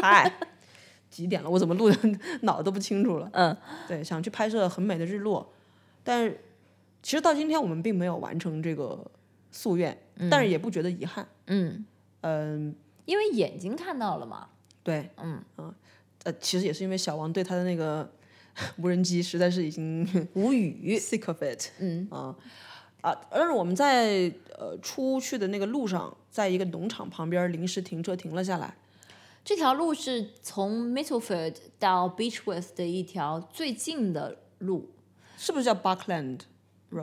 [SPEAKER 2] 嗨， 几点了？我怎么录的 脑子都不清楚了。
[SPEAKER 1] 嗯，
[SPEAKER 2] 对，想去拍摄很美的日落，但是其实到今天我们并没有完成这个夙愿，但是也不觉得遗憾。
[SPEAKER 1] 嗯，
[SPEAKER 2] 嗯，
[SPEAKER 1] 因为眼睛看到了嘛，
[SPEAKER 2] 对，
[SPEAKER 1] 嗯
[SPEAKER 2] 啊呃，其实也是因为小王对他的那个 无人机实在是已经无语，sick of it
[SPEAKER 1] 嗯。
[SPEAKER 2] 啊啊！但是我们在呃出去的那个路上，在一个农场旁边临时停车停了下来，
[SPEAKER 1] 这条路是从 Middleford 到 Beachworth 的一条最近的路，
[SPEAKER 2] 是不是叫 Buckland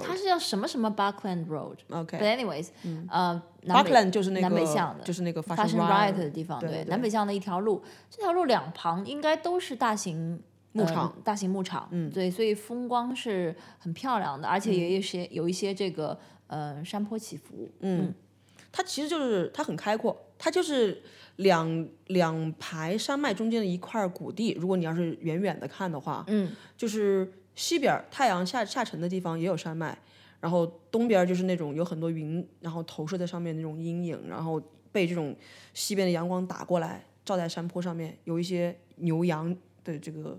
[SPEAKER 1] 它是叫什么什么 Buckland Road。
[SPEAKER 2] ？OK，
[SPEAKER 1] But anyways，、呃，南北
[SPEAKER 2] Buckland 就是那个
[SPEAKER 1] 南北向的
[SPEAKER 2] 就是那个发
[SPEAKER 1] 发生 riot
[SPEAKER 2] riot
[SPEAKER 1] 的地方，
[SPEAKER 2] 对对
[SPEAKER 1] 南北向的一条路，这条路两旁应该都是大型
[SPEAKER 2] 牧场
[SPEAKER 1] 呃大型牧场，嗯，对，所以风光是很漂亮的，而且
[SPEAKER 2] 嗯
[SPEAKER 1] 也有一些、有一些这个呃山坡起伏，嗯，
[SPEAKER 2] 它其实就是它很开阔，它就是两两排山脉中间的一块谷地。如果你要是远远的看的话，嗯，就是西边儿太阳下下沉的地方也有山脉，然后东边儿就是那种有很多云，然后投射在上面那种阴影，然后被这种西边的阳光打过来，照在山坡上面，有一些牛羊的这个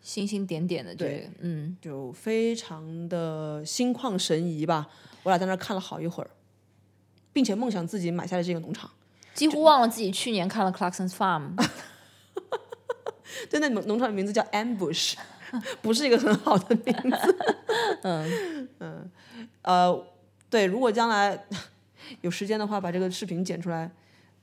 [SPEAKER 1] 星星点点的这个
[SPEAKER 2] 对，
[SPEAKER 1] 嗯，
[SPEAKER 2] 就非常的心旷神怡吧。我俩在那儿看了好一会儿，并且梦想自己买下了这个农场。
[SPEAKER 1] 几乎忘了自己去年看了 Clarkson's Farm，
[SPEAKER 2] 对，那农农场的名字叫 Ambush，不 是一个很好的名字。 嗯嗯呃，对，如果将来 有时间的话，把这个视频剪出来，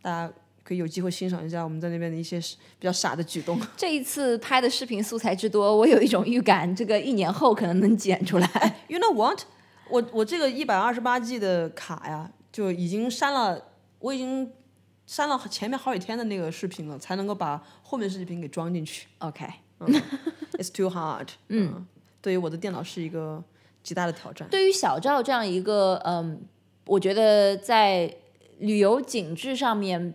[SPEAKER 2] 大家可以有机会欣赏一下我们在那边的一些比较傻的举动。
[SPEAKER 1] 这一次拍的视频素材之多，我有一种预感，这个一年后可能能剪出来。
[SPEAKER 2] You know what？我我这个一百二十八 G 的卡呀，就已经删了，我已经删了前面好几天的那个视频了，才能够把后面视频给装进 去。
[SPEAKER 1] OK，
[SPEAKER 2] It's too hard 嗯。对于我的电脑是一个极大的挑战。
[SPEAKER 1] 对于小赵这样一个，嗯，我觉得在旅游景致上面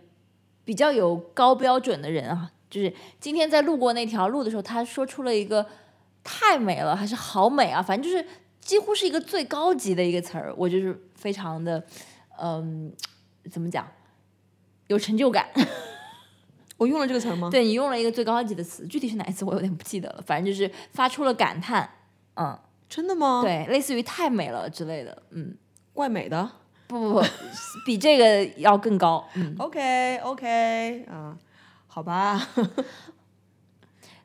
[SPEAKER 1] 比较有高标准的人啊，就是今天在路过那条路的时候，他说出了一个太美了，还是好美啊，反正就是几乎是一个最高级的一个词儿，我就是非常的，嗯，怎么讲，有成就感。
[SPEAKER 2] 我用了这个词儿吗？
[SPEAKER 1] 对你用了一个最高级的词，具体是哪一次我有点不记得了，反正就是发出了感叹，嗯，
[SPEAKER 2] 真的吗？，
[SPEAKER 1] 对，类似于太美了之类的，嗯。
[SPEAKER 2] 怪美的。
[SPEAKER 1] 不不不，比这个要更高。嗯，
[SPEAKER 2] OK OK 啊，好吧，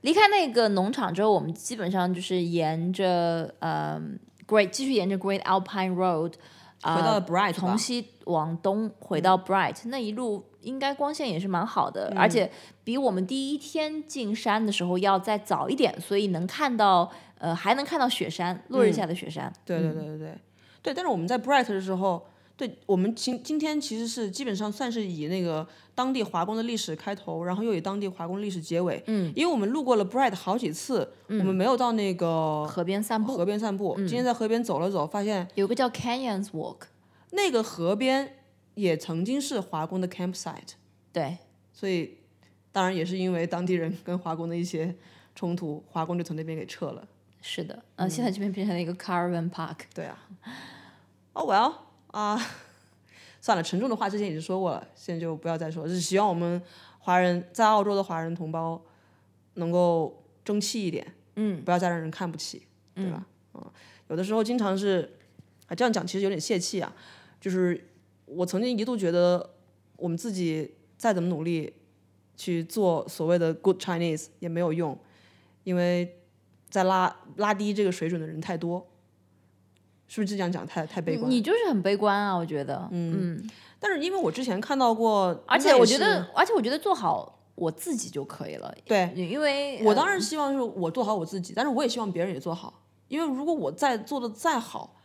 [SPEAKER 1] 离开那个农场之后，我们基本上就是沿着呃 Great 继续沿着 Great Alpine Road，啊、
[SPEAKER 2] 回到了 Bright 吧嗯
[SPEAKER 1] 从西往东回到 Bright、那一路，应该光线也是蛮好的，而且比我们第一天进山的时候要再早一点，所以能看到呃还能看到雪山，落
[SPEAKER 2] 嗯
[SPEAKER 1] 日下的雪山。
[SPEAKER 2] 对对对
[SPEAKER 1] 嗯
[SPEAKER 2] 对对对，但是我们在 Bright 的时候，对我们今今天其实是基本上算是以那个当地华工的历史开头，然后又以当地华工历史结尾，嗯，因为我们路过了 Bright 好几次，我们没有到那个
[SPEAKER 1] 河边嗯散步，嗯
[SPEAKER 2] 河边散步，今天在河边走了走，发现
[SPEAKER 1] 有个叫 Canyons Walk，
[SPEAKER 2] 那个河边也曾经是华工的 campsite，
[SPEAKER 1] 对，
[SPEAKER 2] 所以当然也是因为当地人跟华工的一些冲突，华工就从那边给撤了。
[SPEAKER 1] 是的，呃、现在这边变成了一个 Caravan Park。
[SPEAKER 2] 对啊。哦、oh、well 啊、算了，沉重的话之前已经说过了，现在就不要再说了。只希望我们华人在澳洲的华人同胞能够争气一点，嗯，不要再让人看不起，对吧？嗯，有的时候经常是啊，这样讲其实有点泄气啊。就是我曾经一度觉得我们自己再怎么努力去做所谓的 good Chinese 也没有用，因为在拉拉低这个水准的人太多。是不是这样讲太太悲观？
[SPEAKER 1] 你就是很悲观啊，我觉得，嗯，
[SPEAKER 2] 但是因为我之前看到过，
[SPEAKER 1] 而且
[SPEAKER 2] 应该也
[SPEAKER 1] 我觉
[SPEAKER 2] 是
[SPEAKER 1] 得，而且我觉得做好我自己就可以了，
[SPEAKER 2] 对，
[SPEAKER 1] 因为呃
[SPEAKER 2] 我当然希望是我做好我自己，但是我也希望别人也做好，因为如果我再做的再好，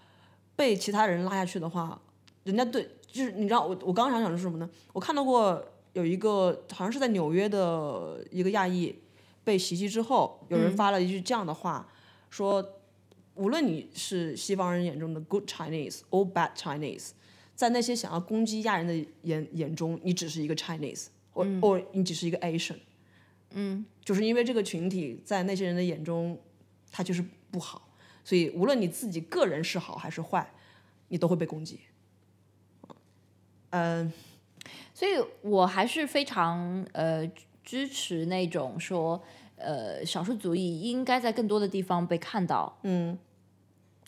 [SPEAKER 2] 被其他人拉下去的话，人家对就是你知道我我刚刚想讲的是什么呢？我看到过有一个好像是在纽约的一个亚裔被袭击之后，有人发了一句这样的话，说无论你是西方人眼中的 good Chinese or bad Chinese，在那些想要攻击亚人的眼眼中，你只是一个 Chinese，或、或你只是一个 Asian。就是因为这个群体在那些人的眼中，他就是不好，所以无论你自己个人是好还是坏，你都会被攻击。嗯，
[SPEAKER 1] 所以我还是非常呃支持那种说，呃，少数族裔应该在更多的地方被看到。嗯，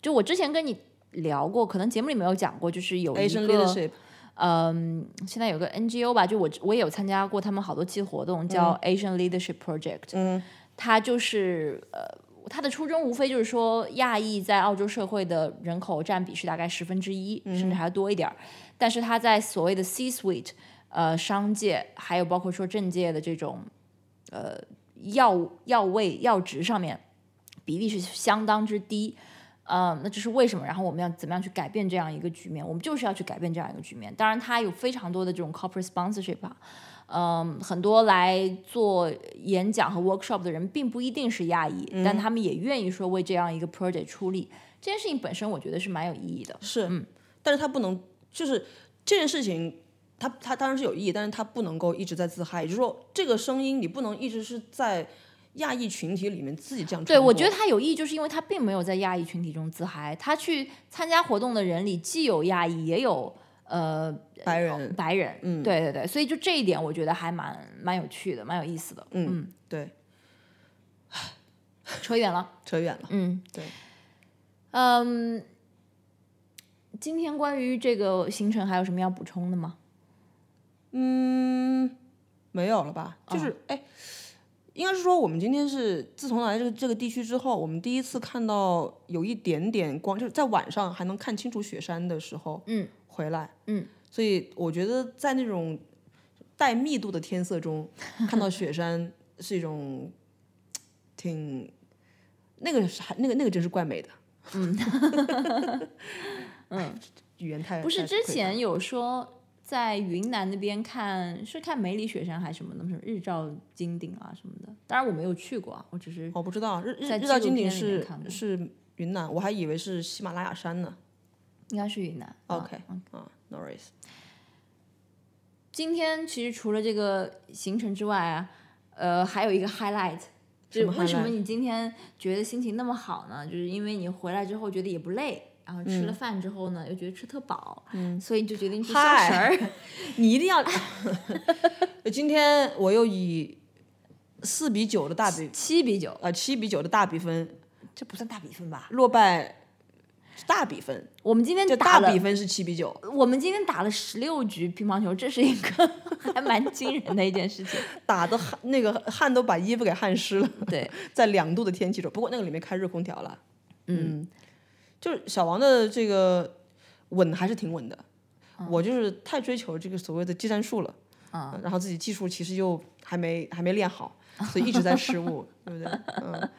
[SPEAKER 1] 就我之前跟你聊过，可能节目里没有讲过，就是有一
[SPEAKER 2] Asian
[SPEAKER 1] 个
[SPEAKER 2] leadership，
[SPEAKER 1] 嗯，现在有个 NGO 吧，就我我也有参加过他们好多期活动，叫 Asian Leadership Project。
[SPEAKER 2] 嗯，
[SPEAKER 1] 它就是呃，它的初衷无非就是说，亚裔在澳洲社会的人口占比是大概十分之一，甚至还要多一点儿。但是它在所谓的 C suite，呃，商界还有包括说政界的这种呃要要位要职上面，比例是相当之低。呃，那这是为什么？然后我们要怎么样去改变这样一个局面？我们就是要去改变这样一个局面。当然，它有非常多的这种 corporate sponsorship 啊，嗯，很多来做演讲和 workshop 的人，并不一定是亚裔，
[SPEAKER 2] 嗯
[SPEAKER 1] 但他们也愿意说为这样一个 project 出力。这件事情本身，我觉得是蛮有意义的。
[SPEAKER 2] 是，但是他不能，就是这件事情，他他当然是有意义，但是他不能够一直在自嗨，也就是说，这个声音你不能一直是在亚裔群体里面自己这样
[SPEAKER 1] 对，
[SPEAKER 2] 传
[SPEAKER 1] 我
[SPEAKER 2] 播
[SPEAKER 1] 觉得它有意义，就是因为它并没有在亚裔群体中自嗨。他去参加活动的人里，既有亚裔，也有呃
[SPEAKER 2] 白人，
[SPEAKER 1] 白人。嗯，对对对，所以就这一点，我觉得还蛮蛮有趣的，蛮有意思的。嗯，
[SPEAKER 2] 对，
[SPEAKER 1] 扯远了。
[SPEAKER 2] 扯远了，
[SPEAKER 1] 嗯，
[SPEAKER 2] 对，
[SPEAKER 1] 嗯，今天关于这个行程还有什么要补充的吗？
[SPEAKER 2] 没有了吧？
[SPEAKER 1] 啊
[SPEAKER 2] 就是哎、应该是说我们今天是自从来这个这个地区之后，我们第一次看到有一点点光，就是在晚上还能看清楚雪山的时候，
[SPEAKER 1] 嗯，
[SPEAKER 2] 回来，
[SPEAKER 1] 嗯，
[SPEAKER 2] 所以我觉得在那种带密度的天色 中看到雪山是一种挺那个是还那个那个真是怪美的，嗯， 嗯， 语言太
[SPEAKER 1] 不是
[SPEAKER 2] 太
[SPEAKER 1] 之
[SPEAKER 2] 匮乏
[SPEAKER 1] 前有说在云南那边看是看梅里雪山还是什么的，什么日照金顶啊什么的。当然我没有去过啊，我只是
[SPEAKER 2] 我不知道日日
[SPEAKER 1] 在
[SPEAKER 2] 日
[SPEAKER 1] 纪
[SPEAKER 2] 照
[SPEAKER 1] 录
[SPEAKER 2] 金顶
[SPEAKER 1] 片里面
[SPEAKER 2] 是
[SPEAKER 1] 看过
[SPEAKER 2] 是云南，我还以为是喜马拉雅山呢。
[SPEAKER 1] 应该是云南。啊
[SPEAKER 2] OK 啊，no worries。
[SPEAKER 1] 今天其实除了这个行程之外啊，呃，还有一个 highlight，就
[SPEAKER 2] 什
[SPEAKER 1] 是
[SPEAKER 2] 么
[SPEAKER 1] 为什么
[SPEAKER 2] highlight？
[SPEAKER 1] 你今天觉得心情那么好呢？就是因为你回来之后觉得也不累，然后吃了饭之后呢，又觉得吃特饱，所以你就决定去消食
[SPEAKER 2] 嗨
[SPEAKER 1] 儿。嗯 你一定要
[SPEAKER 2] 呃今天我又以四比九的大比
[SPEAKER 1] 七比九，
[SPEAKER 2] 呃七比九的大比分
[SPEAKER 1] 这不算大比分吧？
[SPEAKER 2] 落败，大比分，
[SPEAKER 1] 我们今天
[SPEAKER 2] 这
[SPEAKER 1] 打
[SPEAKER 2] 大
[SPEAKER 1] 了
[SPEAKER 2] 比，分是七比九，
[SPEAKER 1] 我们今天打了十六局乒乓球，这是一个 还蛮惊人的一件事情。
[SPEAKER 2] 打的汗那个汗都把衣服给汗湿了，
[SPEAKER 1] 对，
[SPEAKER 2] 在两度的天气中，不过那个里面开热空调了，嗯，就是小王的这个稳还是挺稳的，我就是太追求这个所谓的技战术了，啊、然后自己技术其实又还没还没练好，所以一直在失误，对不对？嗯，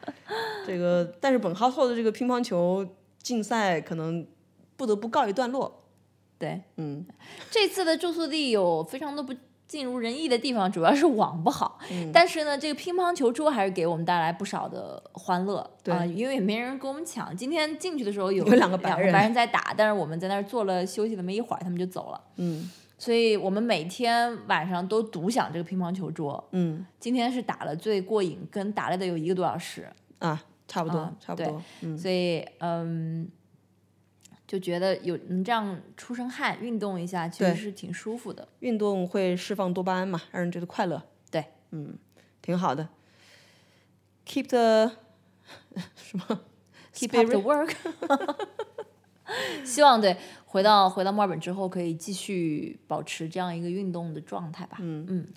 [SPEAKER 2] 这个但是本哈后的这个乒乓球竞赛可能不得不告一段落，
[SPEAKER 1] 对，
[SPEAKER 2] 嗯，
[SPEAKER 1] 这次的住宿地有非常多不尽如人意的地方，主要是网不好。
[SPEAKER 2] 嗯
[SPEAKER 1] 但是呢，这个乒乓球桌还是给我们带来不少的欢乐
[SPEAKER 2] 对
[SPEAKER 1] 啊、因为也没人跟我们抢。今天进去的时候有
[SPEAKER 2] 有两个白人
[SPEAKER 1] 白人在打，但是我们在那儿坐了休息了没一会儿，他们就走了。
[SPEAKER 2] 嗯
[SPEAKER 1] 所以我们每天晚上都独享这个乒乓球桌。
[SPEAKER 2] 嗯
[SPEAKER 1] 今天是打了最过瘾，跟打了得有一个多小时。
[SPEAKER 2] 啊，差不多、
[SPEAKER 1] 嗯
[SPEAKER 2] 差不
[SPEAKER 1] 对
[SPEAKER 2] 多，嗯。
[SPEAKER 1] 所以嗯，就觉得有能这样出身汗，运动一下其实
[SPEAKER 2] 对
[SPEAKER 1] 是挺舒服的。
[SPEAKER 2] 运动会释放多巴胺嘛，让人觉得快乐。
[SPEAKER 1] 对，
[SPEAKER 2] 嗯，挺好的。Keep the 什么
[SPEAKER 1] keep up the
[SPEAKER 2] spirit
[SPEAKER 1] work 。希望对回到回到墨尔本之后，可以继续保持这样一个运动的状态吧。嗯嗯，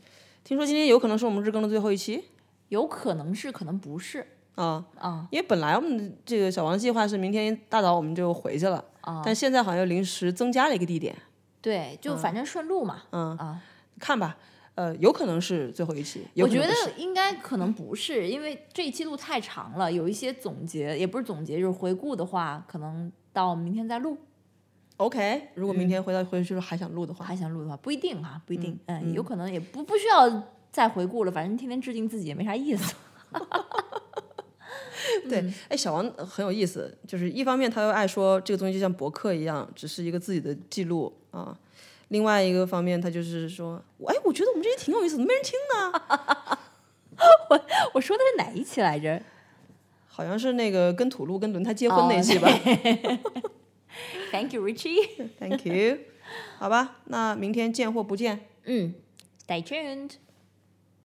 [SPEAKER 2] 听说今天有可能是我们日更的最后一期
[SPEAKER 1] 有可能是，可能不是
[SPEAKER 2] 啊，
[SPEAKER 1] 啊
[SPEAKER 2] 因为本来我们这个小王计划是明天一大早我们就回去了，
[SPEAKER 1] 啊。
[SPEAKER 2] 但现在好像又临时增加了一个地点，
[SPEAKER 1] 对，就反正顺路嘛。
[SPEAKER 2] 嗯
[SPEAKER 1] 啊，
[SPEAKER 2] 看吧，呃，有可能是最后一期，有
[SPEAKER 1] 我
[SPEAKER 2] 可
[SPEAKER 1] 觉
[SPEAKER 2] 能
[SPEAKER 1] 得
[SPEAKER 2] 不是
[SPEAKER 1] 应该可能不是，因为这一期录太长了，有一些总结也不是总结，就是回顾的话，可能到明天再录。
[SPEAKER 2] OK。如果明天回到回去了还想录的话，
[SPEAKER 1] 还想录的话，不一定哈、不一定，嗯，有可能也不不需要再回顾了，反正天天致敬自己也没啥意思。
[SPEAKER 2] 对，哎，小王呃很有意思，就是一方面他又爱说这个东西就像博客一样，只是一个自己的记录啊。另外一个方面，他就是说，哎，我觉得我们这些挺有意思的，没人听呢。
[SPEAKER 1] 我说的是哪一期来着？
[SPEAKER 2] 好像是那个跟土路跟轮胎结婚那期吧。
[SPEAKER 1] Thank you, Richie.
[SPEAKER 2] Thank you，好吧，那明天见或不见。
[SPEAKER 1] 嗯，stay tuned.